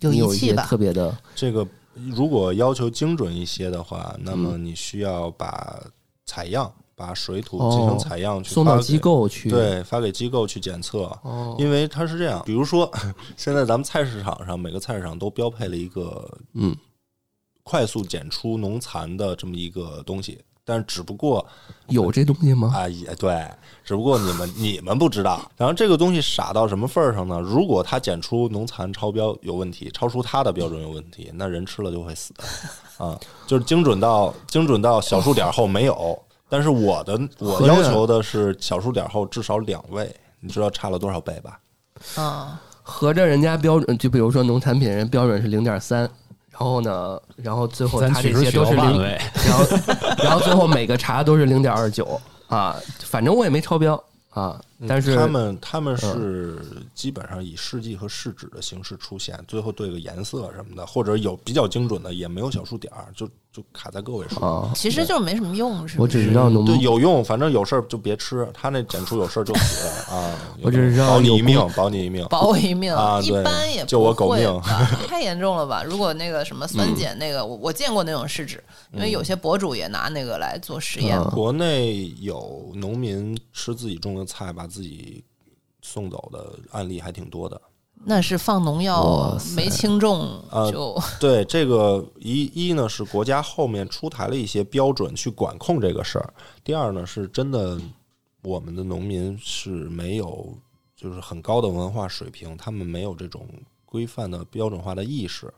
有你仪有一器些吧特？别的？这个如果要求精准一些的话，那么嗯你需要把采样，把水土进行哦采样去送发到给机，构去？，对，发给机构去检测。哦，因为它是这样，比如说 现在咱们菜市场上每个菜市场都标配了一个嗯快速检出农残的这么一个东西，但是只不过有这东西吗？啊，也对，只不过你们 你们不知道。然后这个东西傻到什么份儿上呢？如果它检出农残超标有问题，超出它的标准有问题，那人吃了就会死的啊，就是精准到精准到小数点后没有。但是我的我合着要求的是小数点后至少两位，你知道差了多少倍吧？啊，合着人家标准，就比如说农产品人标准是零点三，然后呢，然后最后咱他确这实些学都到是万零，位，然后然后最后每个查都是零点二九啊，反正我也没超标啊，但嗯是嗯他们他们是基本上以试剂和试纸的形式出现，最后对个颜色什么的，或者有比较精准的，也没有小数点儿，就就卡在个位数。啊，其实就是没什么用，是不我只是？知道农对，有用，反正有事儿就别吃。他那检出有事儿就死啊！ 我只知道保你一有命，保你一命。保我一命，啊一对般也不救我狗会命 嗯吧太严重了吧？如果那个什么酸碱那个，我我见过那种试纸，因为有些博主也拿那个来做实验。啊国内有农民吃自己种的菜，把自己送走的案例还挺多的。那是放农药哇塞没轻重啊就、对这个一一呢是国家后面出台了一些标准去管控这个事儿，第二呢是真的我们的农民是没有就是很高的文化水平，他们没有这种规范的标准化的意识，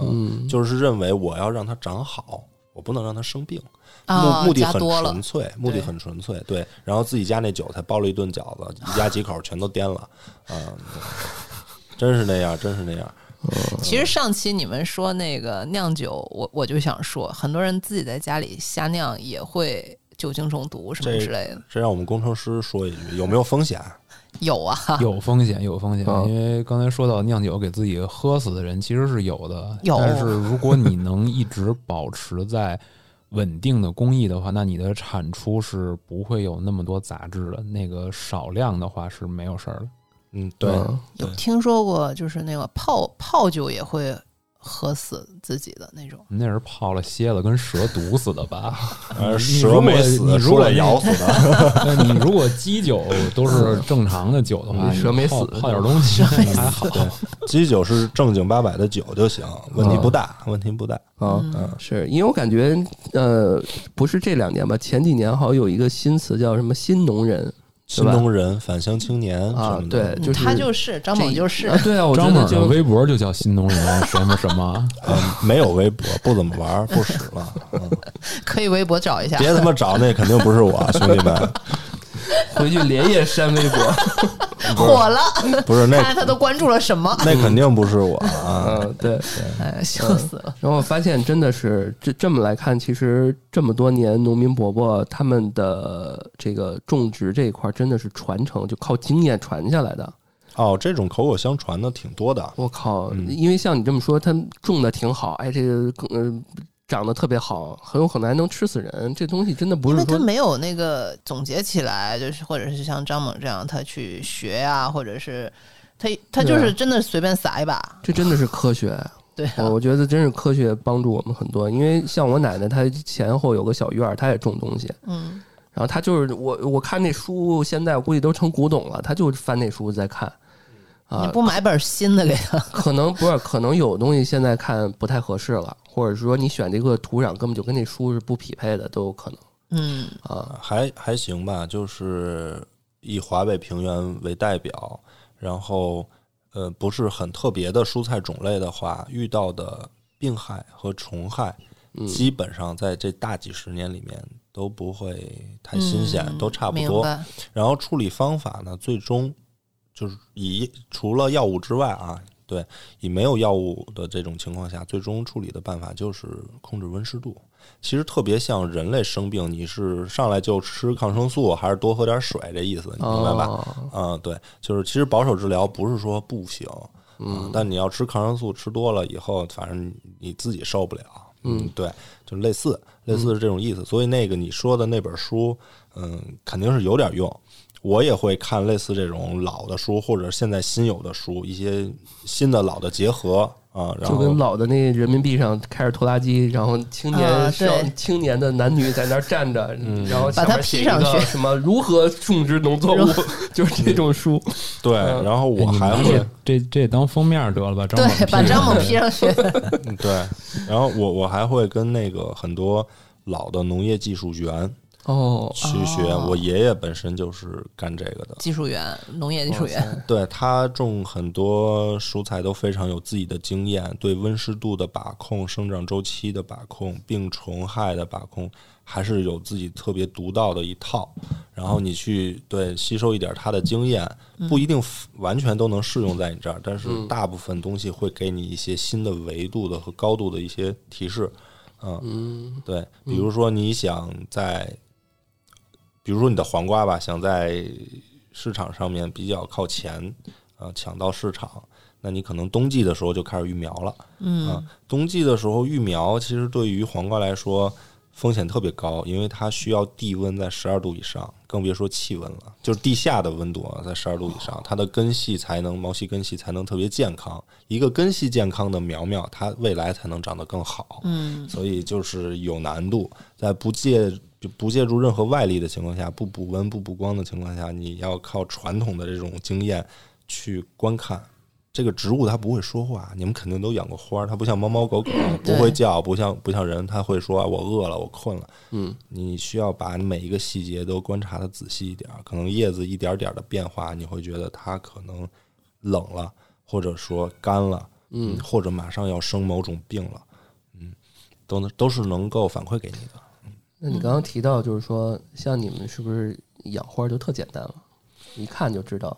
嗯，就是认为我要让它长好，我不能让它生病。 啊目目的加很多了纯。粹，目的对很纯粹，对。然后自己家那韭菜包了一顿饺子，一家几口全都颠了，啊、 真是那样，真是那样。其实上期你们说那个酿酒，我我就想说，很多人自己在家里瞎酿也会酒精中毒什么这之类的，这让我们工程师说一句，有没有风险？有啊，有风险，有风险，啊因为刚才说到酿酒给自己喝死的人其实是有的，有但是如果你能一直保持在稳定的工艺的话，那你的产出是不会有那么多杂质的，那个少量的话是没有事儿的。嗯，对，嗯 有对听说过，就是那个泡泡酒也会喝死自己的那种。那是泡了蝎子跟蛇毒死的吧？呃，你蛇如没果死，你如出果来咬死的。 那你如果基酒都是正常的酒的话，嗯蛇没死你泡泡点东西 还好。基酒是正经八百的酒就行，问题不大，问题不大。啊，嗯是因为我感觉，呃，不是这两年吧，前几年好像有一个新词叫什么“新农人”，新吧东人、返乡青年什啊么，的。对，就嗯是他就是张猛，就是啊对啊，我觉张猛得的就微博就叫新东人什么什么，嗯没有微博，不怎么玩，不使了。嗯可以微博找一下。别他妈找那肯定不是我，啊兄弟们，回去连夜删微博。 火了，不是看看他那都关注了什么，那肯定不是我啊。嗯，对。哎，笑死了。然后发现真的是这这么来看，其实这么多年农民伯伯他们的这个种植这一块儿真的是传承，就靠经验传下来的。哦，这种口口相传的挺多的。我靠，嗯因为像你这么说，他们种的挺好，哎，这个嗯、长得特别好，很有可能还能吃死人。这东西真的不因是为他说没有那个总结起来，就是或者是像张猛这样，他去学呀、或者是他他对就是真的随便撒一把，这真的是 科学。哦对啊、我我觉得真是科学帮助我们很多，因为像我奶奶，她前后有个小院儿，她也种东西，嗯，然后她就是我我看那书，现在我估计都成古董了，她就翻那书在看。啊你，不买本新的给他，可能不是，可能有东西现在看不太合适了，或者说你选这个土壤根本就跟那书是不匹配的，都有可能嗯，啊。还还行吧，就是以华北平原为代表，然后呃不是很特别的蔬菜种类的话，遇到的病害和虫害，嗯基本上在这大几十年里面都不会太新鲜，嗯都差不明多。白然后处理方法呢，最终就是以除了药物之外啊，对，以没有药物的这种情况下，最终处理的办法就是控制温湿度。其实特别像人类生病，你是上来就吃抗生素，还是多喝点水这意思，你明白吧？哦嗯，对，就是其实保守治疗不是说不行，嗯，但你要吃抗生素吃多了以后，反正你自己受不了，嗯，对，就类似类似是这种意思。所以那个你说的那本书，嗯，肯定是有点用。我也会看类似这种老的书，或者现在新有的书，一些新的老的结合啊，然就后跟老的那人民币上开着拖拉机，然后青啊年少、对 青年的男女在那儿 站着，嗯然后把下它面披写一上个去什么如何种植农作物， 就是这种书。对，然后我哎你还拿会这这这当封面得了吧？张猛对，把屁张股猛 P 上去，嗯对，然后我我还会跟那个很多老的农业技术员，哦，去学。哦我爷爷本身就是干这个的，技术员，农业技术员，对他种很多蔬菜都非常有自己的经验，对温湿度的把控、生长周期的把控、病虫害的把控，还是有自己特别独到的一套。然后你去对吸收一点他的经验，不一定 f- 完全都能适用在你这儿，但是大部分东西会给你一些新的维度的和高度的一些提示。嗯，对，比如说你想在，比如说你的黄瓜吧，想在市场上面比较靠前，呃，抢到市场，那你可能冬季的时候就开始育苗了。嗯啊冬季的时候育苗，其实对于黄瓜来说风险特别高，因为它需要地温在十二度以上，更别说气温了，就是地下的温度啊，在十二度以上，它的根系才能毛细根系才能特别健康。一个根系健康的苗苗，它未来才能长得更好。嗯，所以就是有难度，在不借就不借助任何外力的情况下，不补温、不补光的情况下，你要靠传统的这种经验去观看。这个植物它不会说话，你们肯定都养过花儿，它不像猫猫狗狗不对会叫，不像不像人，它会说啊我饿了，我困了。嗯，你需要把每一个细节都观察的仔细一点儿，可能叶子一点儿点儿的变化，你会觉得它可能冷了，或者说干了，嗯，或者马上要生某种病了。都能都是能够反馈给你的。那你刚刚提到，就是说，像你们是不是养花就特简单了，一看就知道，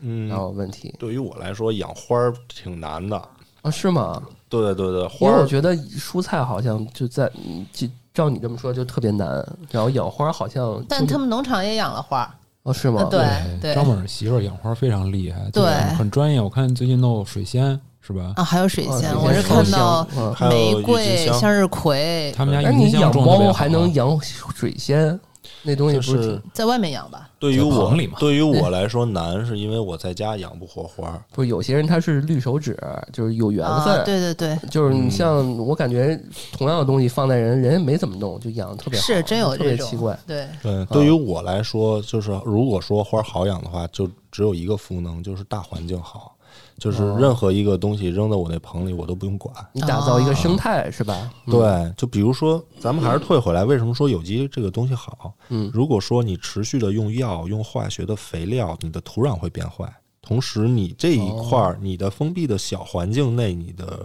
然嗯，后问题对于我来说，养花儿挺难的。啊？是吗？对对对对，因花为我儿觉得蔬菜好像就在，嗯就照你这么说就特别难，然后养花好像就，但他们农场也养了花儿，哦是吗？呃对对张猛媳妇儿养花非常厉害，对就是很专业。我看最近弄水仙是吧？啊，还有水哦，仙，水我是仙超看到香嗯还有玫郁瑰金、香向日葵他们家哎，郁金你香养种的特别猫好还能养水仙，那东西就不是是挺在外面养吧，对于在我棚里嘛对于我来说难，是因为我在家养不活花儿。不是有些人他是绿手指，就是有缘分。啊，对对对，就是嗯你像我感觉同样的东西放在人，人家没怎么弄，就养的特别好，是真有这特别种奇怪。对，嗯对，对于我来说，就是如果说花儿好养的话，就只有一个赋能，就是大环境好。就是哦任何一个东西扔到我那棚里，我都不用管。你打造一个啊生态是吧？嗯，对，就比如说，咱们还是退回来，为什么说有机这个东西好？嗯如果说你持续的用药、用化学的肥料，你的土壤会变坏，同时你这一块哦儿、你的封闭的小环境内，你的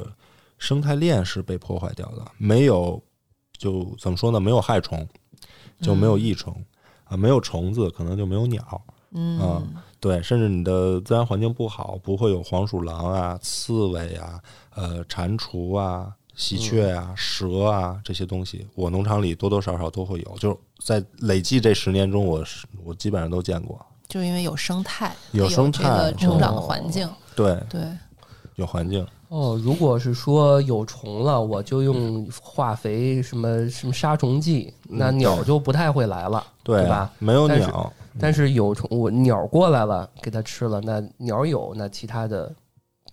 生态链是被破坏掉的，没有就怎么说呢？没有害虫，就没有嗯益虫、啊，没有虫子，可能就没有鸟。嗯啊对，甚至你的自然环境不好，不会有黄鼠狼啊、刺猬啊、呃蟾蜍啊、嗯喜鹊啊、蛇啊这些东西，我农场里多多少少都会有。就是在累计这十年中，我是我基本上都见过。就因为有生态，有它生这态个成长哦啊环境，对，对，有环境，哦，如果是说有虫了，我就嗯用化肥什么什么杀虫剂，那鸟就不太会来了，对对啊吧？没有但是鸟，但是有虫，我鸟过来了，给它吃了，那鸟有，那其他的、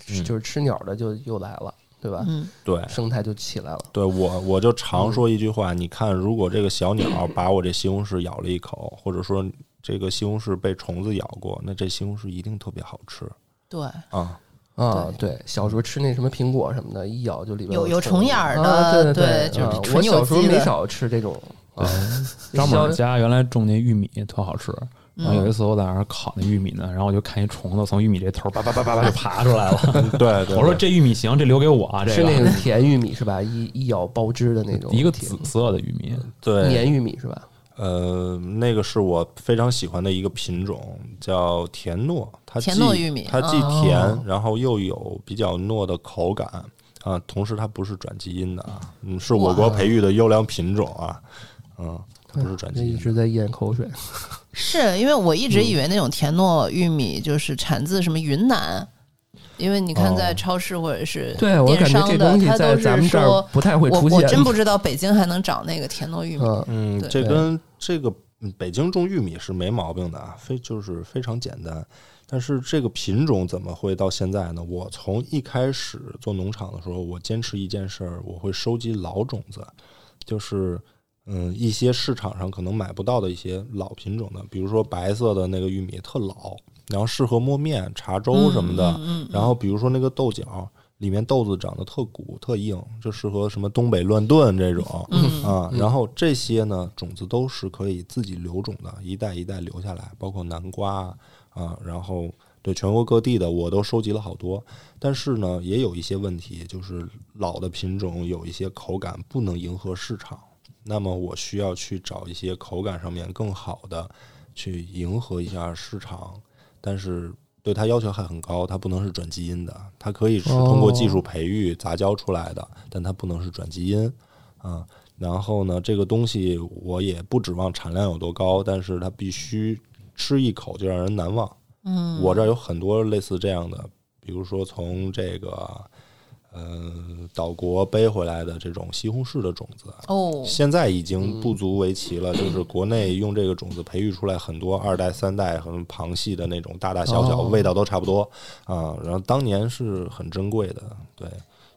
嗯就是吃鸟的就又来了，对吧？嗯，对。生态就起来了。对我，我就常说一句话：你看，如果这个小鸟把我这西红柿咬了一口，或者说这个西红柿被虫子咬过，那这西红柿一定特别好吃对，啊！啊，对，小时候吃那什么苹果什么的，一咬就里边有有有虫眼儿的啊对对对，就是啊我纯有小时候机的没少吃这种。啊，张小马家原来种那玉米特好吃，然后嗯有一次我在那儿烤那玉米呢，然后我就看一虫子从玉米这头叭叭叭叭叭就爬出来了。嗯 对，对我说这玉米行，这留给我啊，这是那个个甜玉米是吧？一一咬爆汁的那种， 一个甜紫色的玉米，嗯对，黏玉米是吧？呃，那个是我非常喜欢的一个品种，叫甜糯，它既甜糯玉米它既哦甜，然后又有比较糯的口感啊，同时它不是转基因的啊，嗯，是我国培育的优良品种啊，嗯，它不是转那基一因的，直在咽口水。是因为我一直嗯以为那种甜糯玉米就是产自什么云南，因为你看在哦超市或者是对我电感觉这商的，东西它在都咱是们这儿说，不太会我出现。我真 不知道北京还能长那个甜糯玉米，嗯，嗯，对这跟这个嗯北京种玉米是没毛病的啊，非就是非常简单。但是这个品种怎么会到现在呢？我从一开始做农场的时候，我坚持一件事儿，我会收集老种子，就是嗯一些市场上可能买不到的一些老品种的，比如说白色的那个玉米特老，然后适合磨面、茶粥什么的。嗯，嗯然后比如说那个豆角，里面豆子长得特鼓特硬，就适合什么东北乱炖这种。嗯嗯啊，然后这些呢，种子都是可以自己留种的，一代一代留下来，包括南瓜啊，然后对全国各地的我都收集了好多。但是呢，也有一些问题，就是老的品种有一些口感不能迎合市场，那么我需要去找一些口感上面更好的，去迎合一下市场，但是。对它要求还很高，它不能是转基因的，它可以是通过技术培育杂交出来的，但它不能是转基因，啊，然后呢，这个东西我也不指望产量有多高，但是它必须吃一口就让人难忘。嗯，我这儿有很多类似这样的，比如说从这个呃岛国背回来的这种西红柿的种子，啊哦，现在已经不足为奇了。就是国内用这个种子培育出来很多二代、三代很旁系的那种，大大小小哦味道都差不多啊。然后当年是很珍贵的，对，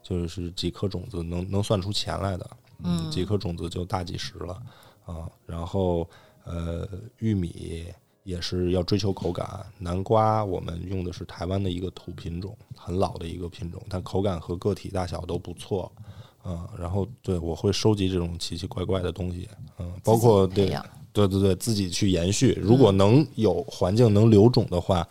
就是几颗种子能能算出钱来的，嗯，几颗种子就大几十了啊。然后呃，玉米。也是要追求口感，南瓜我们用的是台湾的一个土品种，很老的一个品种，但口感和个体大小都不错。嗯，然后对我会收集这种奇奇怪怪的东西，嗯，包括自己培对养对对对，自己去延续。如果能有环境能留种的话，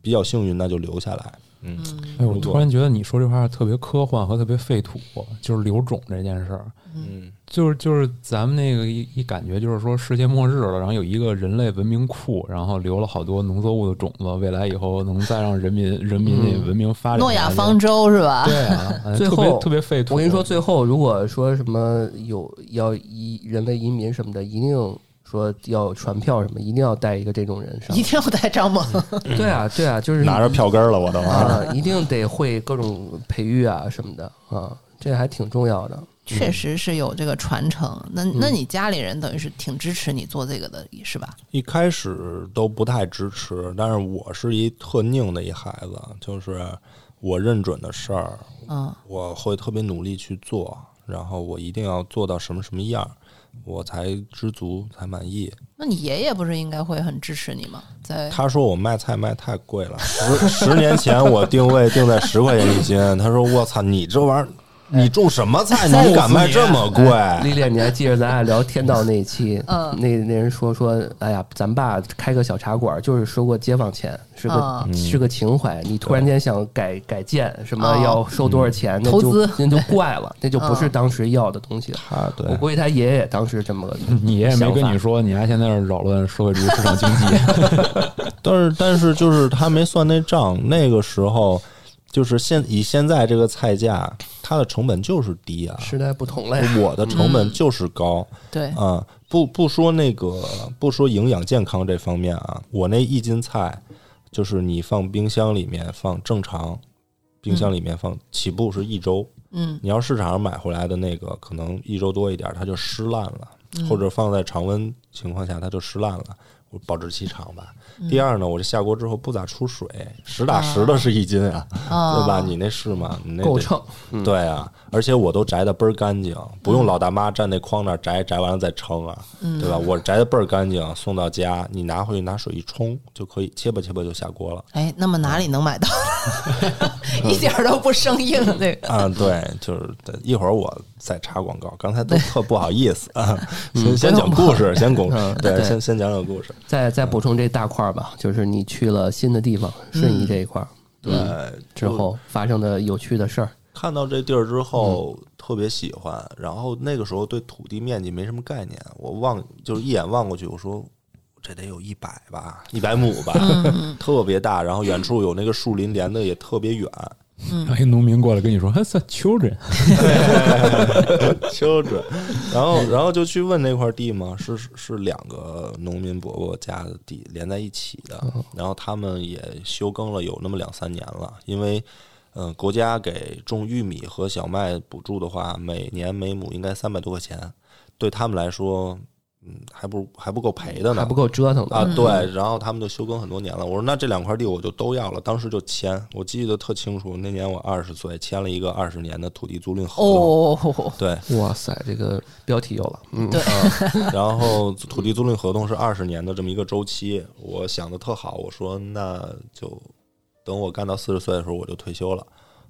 比较幸运，那就留下来。嗯，哎，我如果突然觉得你说这话特别科幻和特别废土，就是留种这件事儿。嗯，就是就是咱们那个一一感觉就是说世界末日了，然后有一个人类文明库，然后留了好多农作物的种子，未来以后能再让人民人民那文明发展。诺亚方。舟是吧？对啊，哎最特别后特别废土。我跟你说，最后如果说什么有要移人类移民什么的，一定说要传票什么，一定要带一个这种人上 一。定要带张萌，对啊，对 啊，就是拿着票根儿了，我都啊，一定得会各种培育啊什么的啊，这还挺重要的。嗯确实是有这个传承。那那你家里人等于是挺支持你做这个的，是吧？一开始都不太支持，但是我是一特拧的一孩子，就是我认准的事儿，嗯我会特别努力去做，然后我一定要做到什么什么样儿。我才知足才满意。那你爷爷不是应该会很支持你吗？在他说我卖菜卖太贵了，十十年前我定位定在十块钱一斤，他说我操你这玩意儿，你种什么菜你敢卖这么贵？哎丽丽，你还记得咱俩聊天道那一期？ 嗯那那人说说，哎呀，咱爸开个小茶馆，就是收过街坊钱，是个、嗯是个情怀。你突然间想改改建，什么哦要收多少钱，那就投资那就怪了，那就不是嗯当时要的东西了。啊，对我，估计他爷爷当时这么个你也没想跟法你说，你还现在是扰乱社会主义市场经济。但是但是就是他没算那账，那个时候就是现以现在这个菜价，它的成本就是低啊，时代不同了呀。我的成本就是高。对，啊，不不说那个，不说营养健康这方面啊，我那一斤菜，就是你放冰箱里面放正常，冰箱里面放起步是一周，嗯你要市场上买回来的那个，可能一周多一点，它就湿烂了，嗯或者放在常温情况下它就湿烂了。我保质期长吧。嗯第二呢，我这下锅之后不咋出水，实打实的是一斤啊，啊，对吧？你那是吗？你那够得秤，对啊，而且我都摘的倍儿干净，不用老大妈站那筐那儿摘，摘完了再称啊，嗯对吧？我摘的倍儿干净，送到家，你拿回去拿水一冲就可以，切吧切吧就下锅了。哎，那么哪里能 买到？一点儿都不生硬，这个啊，对，就是一会儿我再插广告，刚才都特不好意思啊，先先讲故事，先讲对，对先先讲讲故事。再再补充这大块儿吧，就是你去了新的地方，顺嗯义这一块儿对，之后发生的有趣的事儿。呃看到这地儿之后特别喜欢，然后那个时候对土地面积没什么概念，我望就是一眼望过去，我说这得有一百吧，一百亩吧，特别大。然后远处有那个树林，连的也特别远。嗯一农民过来跟你说 “That's a children”，丘准，然 后然后就去问那块地嘛，是是两个农民伯伯家的地连在一起的，嗯然后他们也休耕了有那么两三年了，因为嗯、呃国家给种玉米和小麦补助的话，每年每亩应该三百多块钱，对他们来说，嗯，还不如还不够赔的呢，还不够嗯折腾的啊，对，然后他们就休耕很多年了。我说那这两块地我就都要了，当时就签，我记得特清楚，那年我二十岁，签了一个二十年的土地租赁合同。哦，对，哇塞，这个标题有了，嗯，对然后土地租赁合同是二十年的这么一个周期，我想的特好，我说那就等我干到四十岁的时候我就退休了，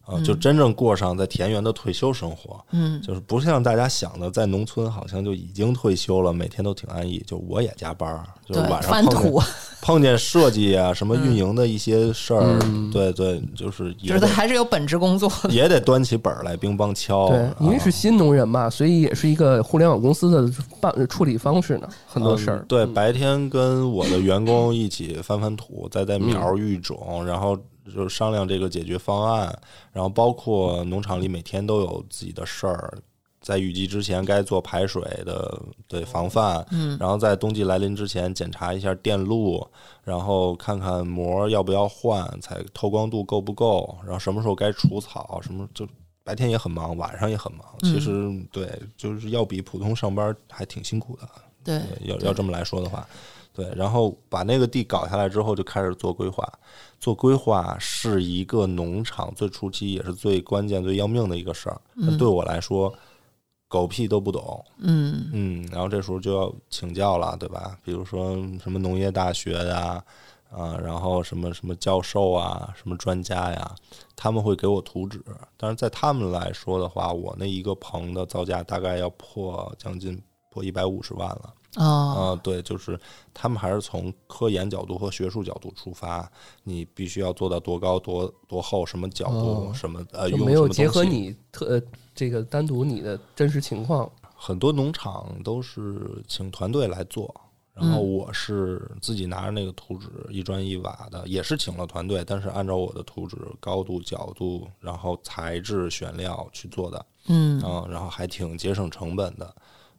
啊、就真正过上在田园的退休生活，嗯，就是不像大家想的在农村好像就已经退休了，每天都挺安逸，就我也加班儿，就是对晚，上翻碰见土，碰见设计啊什么运营的一些事儿，对对，就是嗯就也是得还是有本职工作的，也得端起本儿来乒乓敲，对，因为啊是新农人嘛，所以也是一个互联网公司的办处理方式呢，很多事嗯儿。对，白天跟我的员工一起翻翻土，再再苗儿育种，然后就商量这个解决方案，然后包括农场里每天都有自己的事儿。在雨季之前该做排水的对防范，嗯，然后在冬季来临之前检查一下电路，然后看看膜要不要换，采透光度够不够，然后什么时候该除草，什么就白天也很忙，晚上也很忙。其实、嗯对，就是要比普通上班还挺辛苦的。对，对要要这么来说的话，对，然后把那个地搞下来之后，就开始做规划。做规划是一个农场最初期也是最关键、最要命的一个事儿。那啊对我来说，狗屁都不懂，嗯嗯，然后这时候就要请教了，对吧？比如说什么农业大学呀、啊，然后什么什么教授啊，什么专家呀，他们会给我图纸。但是在他们来说的话，我那一个棚的造价大概要破将近破一百五十万了。哦，啊、对，就是他们还是从科研角度和学术角度出发，你必须要做到多高、多多厚、什么角度、哦什么呃，就用没什有么结东合西。你特呃这个单独你的真实情况，很多农场都是请团队来做，然嗯后我是自己拿着那个图纸一砖一瓦的，也是请了团队，但是按照我的图纸高度、角度，然后材质、选料去做的。嗯嗯，然后还挺节省成本的，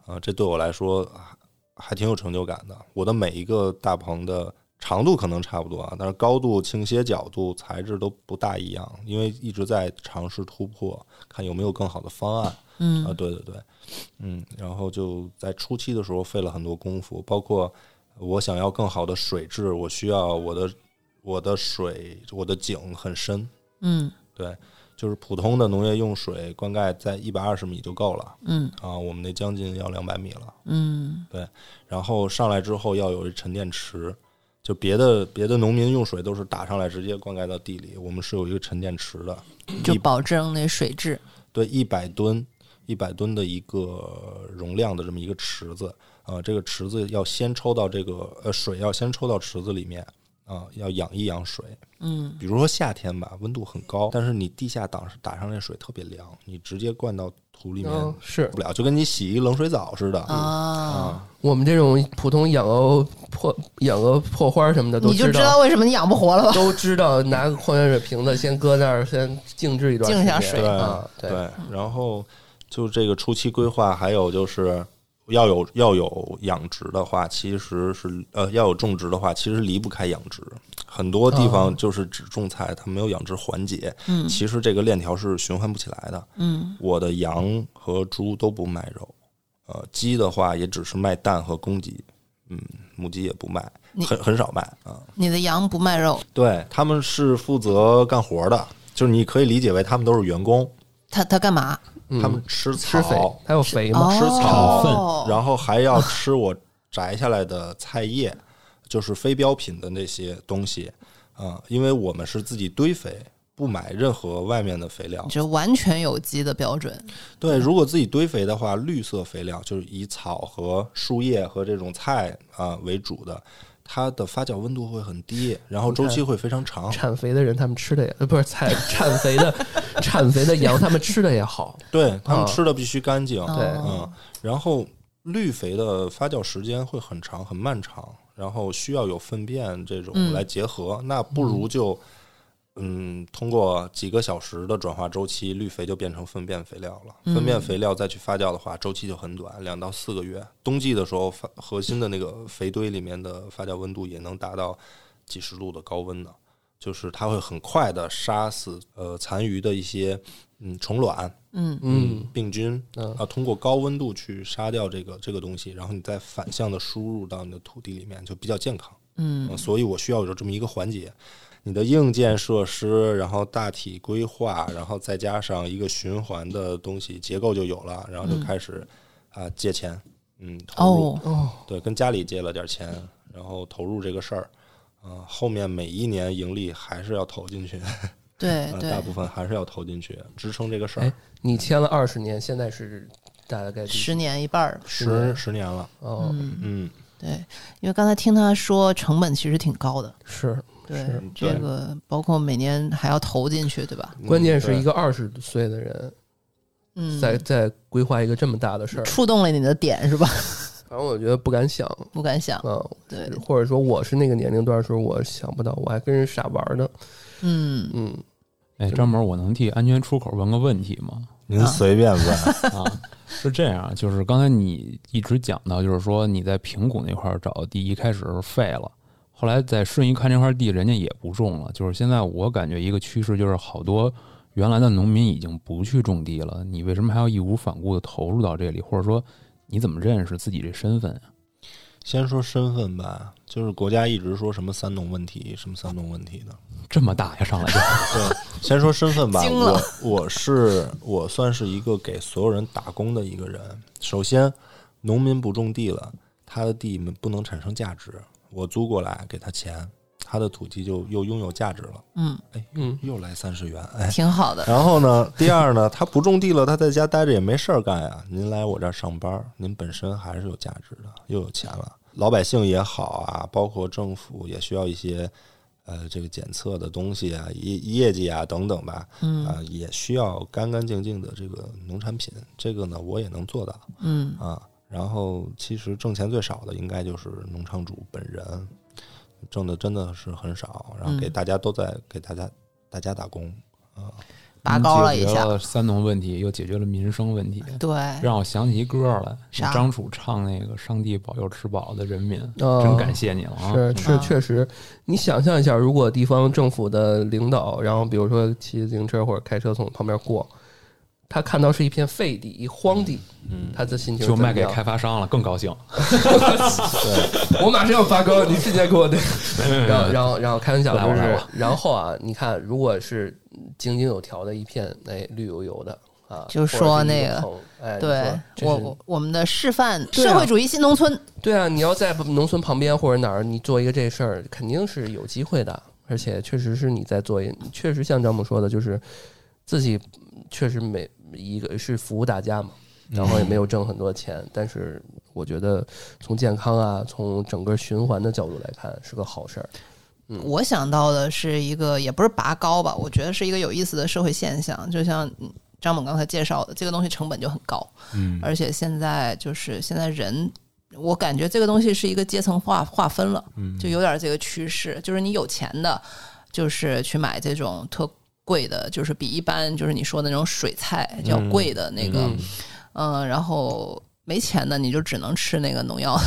呃，这对我来说还还挺有成就感的。我的每一个大棚的长度可能差不多啊，但是高度、倾斜角度、材质都不大一样，因为一直在尝试突破，看有没有更好的方案。嗯啊，对对对，嗯，然后就在初期的时候费了很多功夫，包括我想要更好的水质，我需要我的我的水我的井很深，嗯对，就是普通的农业用水灌溉在一百二十米就够了嗯啊，我们那将近要两百米了。嗯然后上来之后要有一沉淀池，就别的别的农民用水都是打上来直接灌溉到地里，我们是有一个沉淀池的，就一保证那水质。对一百吨一百吨的一个容量的这么一个池子啊、这个池子要先抽到这个呃水要先抽到池子里面啊、要养一养水。嗯比如说夏天吧，温度很嗯高，但是你地下打打上那水特别凉，你直接灌到土里面嗯，是不了，就跟你洗一冷水澡似的。啊，我们这种普通养鹅破养鹅破花什么的都你就知道道为什么你养不活了吧？都知道拿个矿泉水瓶子先搁那儿，先静置一段时静间，一下水对啊，对对，然后就这个初期规划，还有就是要有要有养殖的话，其实是呃要有种植的话，其实离不开养殖。很多地哦方就是只种菜，它没有养殖环节，嗯其实这个链条是循环不起来的。嗯我的羊和猪都不卖肉，呃，鸡的话也只是卖蛋和公鸡，嗯，母鸡也不卖，你很很少卖啊。你的羊不卖肉，对，他们是负责干活的，就是你可以理解为他们都是员工，它它干嘛？嗯他们吃吃肥草，，还有肥嘛，哦，吃草粪然后还要吃我摘下来的菜叶，就是非标品的那些东西啊、因为我们是自己堆肥。不买任何外面的肥料你，这完全有机的标准。对，如果自己堆肥的话，绿色肥料就是以草和树叶和这种菜啊、为主的，它的发酵温度会很低，然后周期会非常 长。产肥的人他们吃的也呃不是菜，产肥的产肥的羊他们吃的也好，对他啊们吃的必须干净，对哦嗯，然后绿肥的发酵时间会很长很漫长，然后需要有粪便这嗯种来结合，那不如就嗯，通过几个小时的转化周期，绿肥就变成粪便肥料了。嗯粪便肥料再去发酵的话，周期就很短，两到四个月。冬季的时候，发核心的那个肥堆里面的发酵温度也能达到几十度的高温呢。就是它会很快的杀死呃残余的一些嗯虫卵，嗯嗯，病菌嗯啊，通过高温度去杀掉这个这个东西，然后你再反向的输入到你的土地里面，就比较健康。嗯嗯，所以我需要有这么一个环节，你的硬件设施，然后大体规划，然后再加上一个循环的东西结构就有了，然后就开始啊、借钱，嗯，投入，嗯哦，哦，对，跟家里借了点钱，然后投入这个事儿。啊、后面每一年盈利还是要投进去，啊、对哎对大，部分还是要投进去支撑这个事哎儿。你签了二十年，现在是大概几十年一半儿。十十年了，哦，嗯，嗯，对，因为刚才听他说成本其实挺高的，是，对是这对个包括每年还要投进去，对吧？嗯关键对是一个二十岁的人嗯，在在规划一个这么大的事儿，触动了你的点是吧？ 反正我觉得不敢想。不敢想，啊，嗯对，或者说我是那个年龄段的时候，我想不到，我还跟人傻玩呢。嗯，嗯，哎，张萌，我能替安全出口问个问题吗？您随便问，啊，是这样，啊就是刚才你一直讲到，就是说你在平谷那块儿找地，一开始是废了，后来在顺义看这块地，人家也不种了。就是现在我感觉一个趋势就是好多原来的农民已经不去种地了，你为什么还要义无反顾的投入到这里？或者说你怎么认识自己这身份啊？ 先说身份吧，就是国家一直说什么三农问题，什么三农问题的。这么大呀，上来就 对，先说身份吧。惊了我我是我算是一个给所有人打工的一个人。首先，农民不种地了，他的地不能产生价值，我租过来给他钱，他的土地就又拥有价值了。嗯，哎，嗯又来三十元，哎。挺好的， 然后呢，第二呢，他不种地了，他在家待着也没事儿干呀。您来我这儿上班儿，您本身还是有价值的，又有钱了。老百姓也好啊，包括政府也需要一些呃这个检测的东西啊、业业绩啊等等吧，啊、嗯也需要干干净净的这个农产品。这个呢，我也能做到嗯啊。然后其实挣钱最少的应该就是农场主本人，挣的真的是很少，然后给嗯大家都在给大家大家打工。 拔高了一 解决下，了三农问题，又解决了民生问题，对，让我想起一歌儿来，啥张楚唱那个“上帝保佑吃饱的人民”，哦真感谢你了啊！是啊是，确实，你想象一下，如果地方政府的领导，然后比如说骑自行车或者开车从旁边过，他看到是一片废地、一荒地，他的心情是嗯就怎么卖给样开发商了，更高兴。 我马上要发歌，你瞬间给我那个，然后然后然后开玩笑来吧就来是吧，然后啊，你看，如果是井井有条的一片，哎，绿油油的啊，就或者说是一那个棚，哎，对你我说这是我我们的示范对啊社会主义新农村，对啊，你要在农村旁边或者哪儿，你做一个这事儿，肯定是有机会的，而且确实是你在做一，确实像张姆说的，就是自己确实每一个是服务大家嘛，然后也没有挣很多钱，但是我觉得从健康啊，从整个循环的角度来看，是个好事儿。嗯我想到的是一个，也不是拔高吧，我觉得是一个有意思的社会现象。就像嗯张猛刚才介绍的，这个东西成本就很高，嗯而且现在就是现在人，我感觉这个东西是一个阶层划划分了，就有点这个趋势，就是你有钱的，就是去买这种特贵的，就是比一般就是你说的那种水菜要贵的那个，嗯嗯、然后没钱的你就只能吃那个农药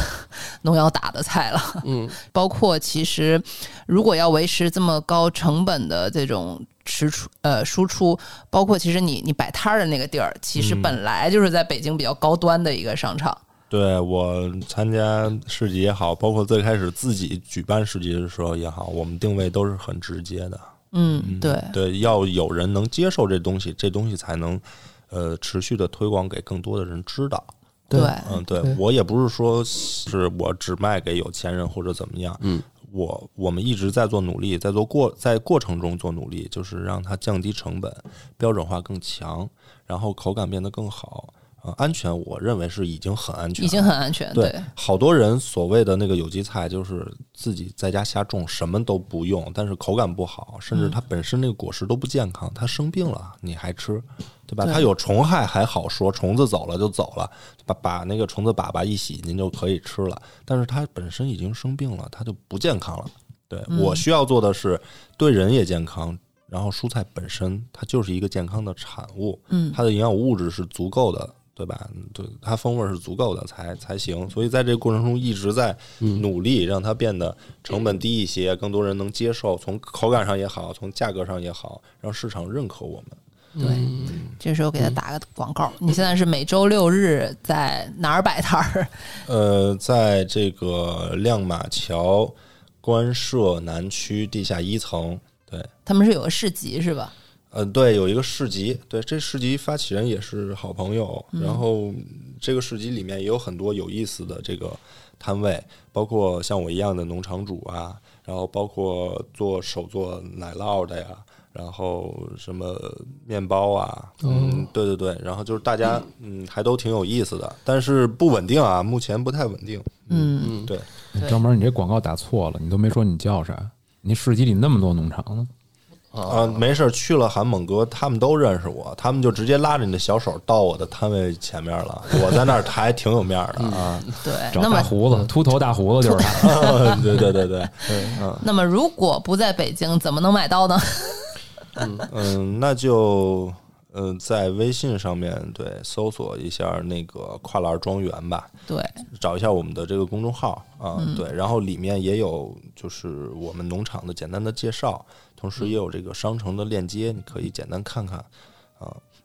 农药打的菜了。嗯，包括其实如果要维持这么高成本的这种持出呃输出，包括其实你你摆摊儿的那个地儿，其实本来就是在北京比较高端的一个商场。对我参加市集也好，包括最开始自己举办市集的时候也好，我们定位都是很直接的。嗯，对，对，要有人能接受这东西，这东西才能呃持续的推广给更多的人知道。对，嗯，对对我也不是说是我只卖给有钱人或者怎么样，嗯，我我们一直在做努力，在做过在过程中做努力，就是让它降低成本，标准化更强，然后口感变得更好，呃，安全我认为是已经很安全，已经很安全。对对，好多人所谓的那个有机菜，就是自己在家瞎种，什么都不用，但是口感不好，甚至它本身那个果实都不健康，它生病了你还吃，对吧？它有虫害还好说，虫子走了就走了，把把那个虫子粑粑一洗，您就可以吃了。但是它本身已经生病了，它就不健康了。对、我需要做的是对人也健康。然后蔬菜本身它就是一个健康的产物，嗯它的营养物质是足够的，对吧？对，它风味儿是足够的才才行。所以在这个过程中一直在努力让它变得成本低一些，更多人能接受，从口感上也好，从价格上也好，让市场认可我们。嗯这时候给他打个广告。你现在是每周六日在哪儿摆摊儿？呃，在这个亮马桥官舍南区地下一层，对，他们是有个市集是吧？呃，对，有一个市集，对，这市集发起人也是好朋友，然后这个市集里面也有很多有意思的这个摊位，包括像我一样的农场主啊，然后包括做手做奶酪的呀，然后什么面包啊，嗯，对对对，然后就是大家嗯还都挺有意思的，但是不稳定啊，目前不太稳定，嗯，对，对张萌，你这广告打错了，你都没说你叫啥。你市集里那么多农场呢，啊，没事儿，去了韩猛哥，他们都认识我，他们就直接拉着你的小手到我的摊位前面了。我在那儿还挺有面儿的啊，对。长那么大胡子、秃头大胡子就是 他。 对对对对，那么如果不在北京，怎么能买到呢？ 嗯，那就嗯、呃在微信上面对搜索一下那个跨栏庄园吧，对，找一下我们的这个公众号啊，对，然后里面也有就是我们农场的简单的介绍，同时也有这个商城的链接，你可以简单看看。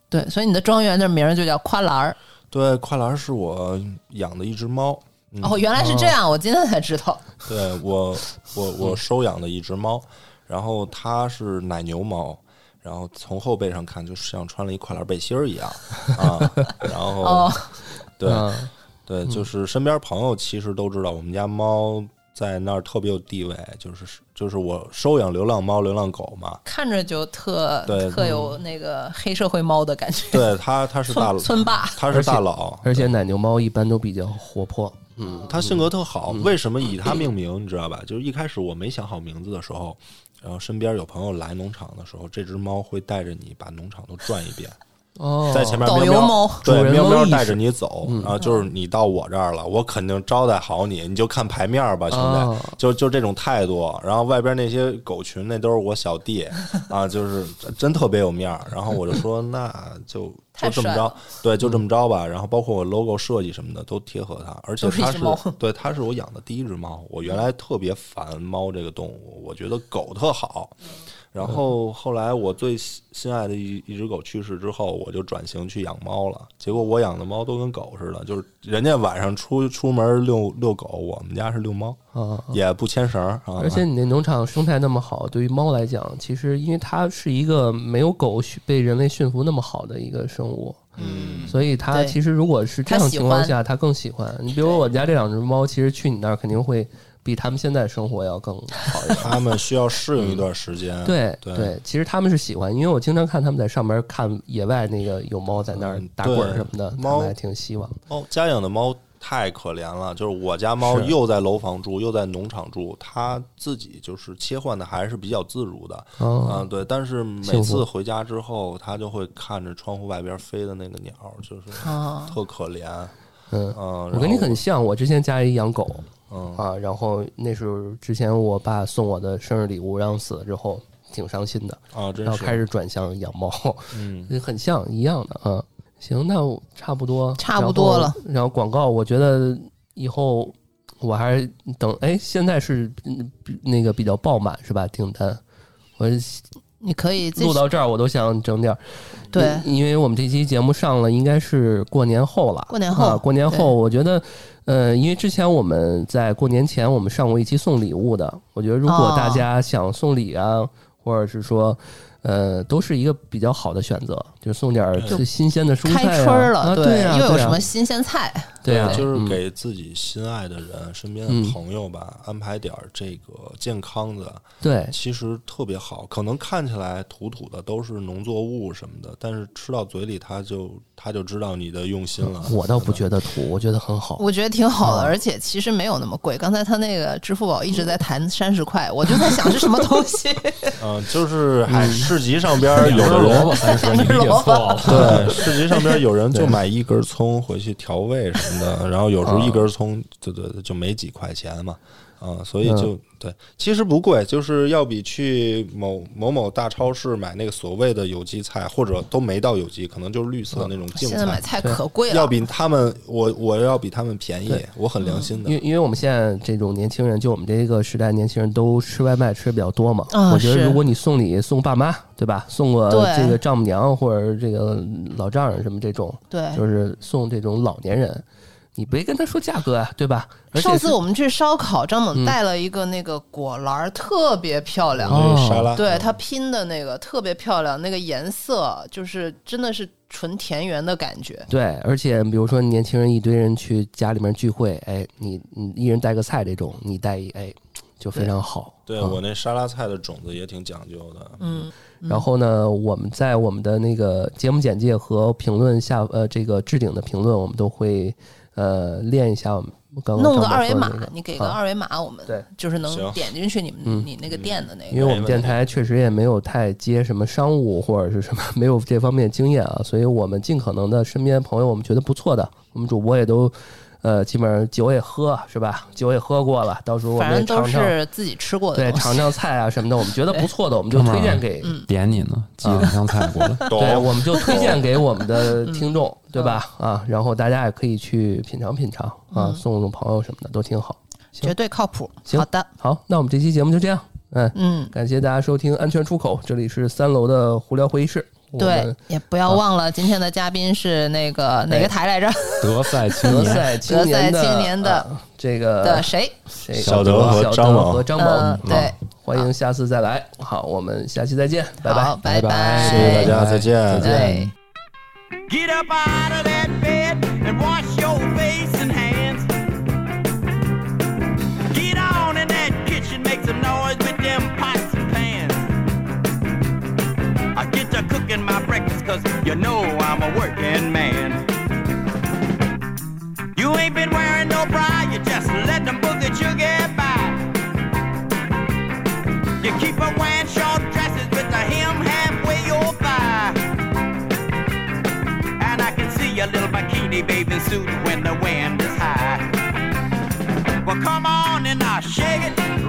对，所以你的庄园的名儿就叫跨栏儿。对，跨栏是我养的一只猫，嗯哦，原来是这样，我今天才知道。对我，我我收养的一只猫，然后它是奶牛猫，然后从后背上看就像穿了一跨栏背心儿一样啊。然后、哦，对啊对，就是身边朋友其实都知道，我们家猫在那儿特别有地位，就是就是我收养流浪猫、流浪狗嘛。看着就特对嗯特有那个黑社会猫的感觉。对它，它是大村村霸，它是大佬，而且奶牛猫一般都比较活泼，嗯，他性格特好，为什么以他命名？你知道吧？ 就是一开始我没想好名字的时候，然后身边有朋友来农场的时候，这只猫会带着你把农场都转一遍，哦在前面导喵游喵猫，对主人喵喵翁意识嗯带着你走，然后就是你到我这儿了，我肯定招待好你，你就看牌面吧，兄哦弟，就就这种态度。然后外边那些狗群那都是我小 弟啊，就是真特别有面儿。然后我就说那就就太这么帅着了，对，就这么着吧。然后包括我 logo 设计什么的都贴合它，而且都是一它只是猫对它是我养的第一只猫，我原来特别烦猫这个动物，我觉得狗特好。 然后后来我最心心爱的一一只狗去世之后，我就转型去养猫了。结果我养的猫都跟狗似的，就是人家晚上出出门遛遛狗，我们家是遛猫，啊。也不牵绳儿啊。而且 你那农场生态那么好，对于猫来讲，其实因为它是一个没有狗驯被人类驯服那么好的一个生物，嗯，所以它对其实如果是这样它喜情欢况下，它更喜欢。你比如我家这两只猫，其实去你那儿肯定会比它们现在生活要更好一点。他们需要适应一段时间。嗯对嗯对其实它们是喜欢，因为我经常看它们在上面看野外那个有猫在那儿嗯打滚儿什么的，对它猫们还挺希望的。猫哦家养的猫太可怜了，就是我家猫是又在楼房住，又在农场住，它自己就是切换的还是比较自如的。哦，嗯，对，但是每幸福次回家之后，它就会看着窗户外边飞的那个鸟，就是啊，特可怜。嗯，嗯，我跟你然后很像，我之前家里养狗，嗯啊，然后那时候之前我爸送我的生日礼物让我死了之后，挺伤心的，啊，真然后是开始转向养猫，嗯 很像一样的啊。行，那我差不多，差不多了然后。然后广告，我觉得以后我还是等，哎，现在是嗯比那个比较爆满是吧？订单，我你可以自己录到嗯这儿我都想整点儿。对因因为我们这期节目上了，应该是过年后了。过年后啊，过年对后，我觉得，呃，因为之前我们在过年前我们上过一期送礼物的，我觉得如果哦大家想送礼啊，或者是说。呃，都是一个比较好的选择，就送点儿对最新鲜的蔬开菜、啊、春儿了，啊对啊，又有对啊什么新鲜菜？对啊，就是嗯给自己心爱的人、身边嗯的朋友吧，安排点儿这个健康的，对其实特别好。可能看起来土土的都是农作物什么的，但是吃到嘴里，它就它就知道你的用心了。我倒不觉得土，我觉得很好。我觉得挺好的，嗯而且其实没有那么贵。刚才他那个支付宝一直在谈三十块，我就在想是什么东西。 嗯、就是哎，市集上边儿有两的根萝人卜，三十，你理解错了。 对，市集上边有人就买一根葱回去调味什么的，然后有时候一啊根葱，对对对，就没几块钱嘛，啊、所嗯以就、对，其实不贵，就是要比去某某某大超市买那个所谓的有机菜，或者都没到有机，可能就是绿色那种嗯净现在买菜，菜可贵要了，比他们我我要比他们便宜对，嗯我很良心的因。为因为我们现在这种年轻人，就我们这个时代年轻人都吃外卖吃的比较多嘛。啊我觉得是如果你送礼送爸妈，对吧？送个对这个丈母娘或者这个老丈人什么这种，对。就是送这种老年人，你别跟他说价格啊，对吧？而且上是次我们去烧烤，张嗯猛带了一个那个果篮儿，特别漂亮。那哦个沙拉，对它拼的那个特别漂亮，那个颜色就是真的是纯田园的感觉。对，而且比如说年轻人一堆人去家里面聚会，哎，你你一人带个菜这种，你带一哎就非常好。对嗯我那沙拉菜的种子也挺讲究的，嗯，然后呢，我们在我们的那个节目简介和评论下，呃，这个置顶的评论，我们都会呃练一下我们刚刚弄个个二维码，你给个啊二维码，我们对就是能行点进去你嗯们你那个店的那因个。为我们电台确实也没有太接什么商务或者是什么没有这方面经验啊，所以我们尽可能的身边朋友我们觉得不错的，我们主播也都呃基本上酒也喝是吧？ 酒也喝过了，到时候我反们也正尝都尝是嗯自己吃过对的东尝西。尝菜啊什么的，我们觉得不错的，我们就推荐给点你呢，寄两箱菜过来。懂对，我们就推荐给我们 嗯的听众，对吧？啊，然后大家也可以去品尝品尝啊，嗯送送朋友什么的都挺好。绝对靠谱。行好的，好，那我们这期节目就这样，嗯，嗯，感谢大家收听《安全出口》，这里是三楼的胡聊会议室。我对们，啊也不要忘了今天的嘉宾是那个哎哪个台来着？德赛青德年，赛青年的德赛青年的啊这个的谁？这个小德和小张德猛和张呃猛，对，欢迎下次再来。好，我们下期再见，拜拜好，。拜拜拜谢谢大哎家，再见，再见对。 Get up out of that bed and wash your face and hands. Get on in that kitchen, make some noise with them pots and pans. I get to cooking my breakfast, cause you know I'm a working man. You ain't been wearing no bra, you just let them booger you get by. You keep on wearing short dresses with the hem halfway over. And I can see your little bikini bathing suit when the wind is high. Well, come on and now shake it.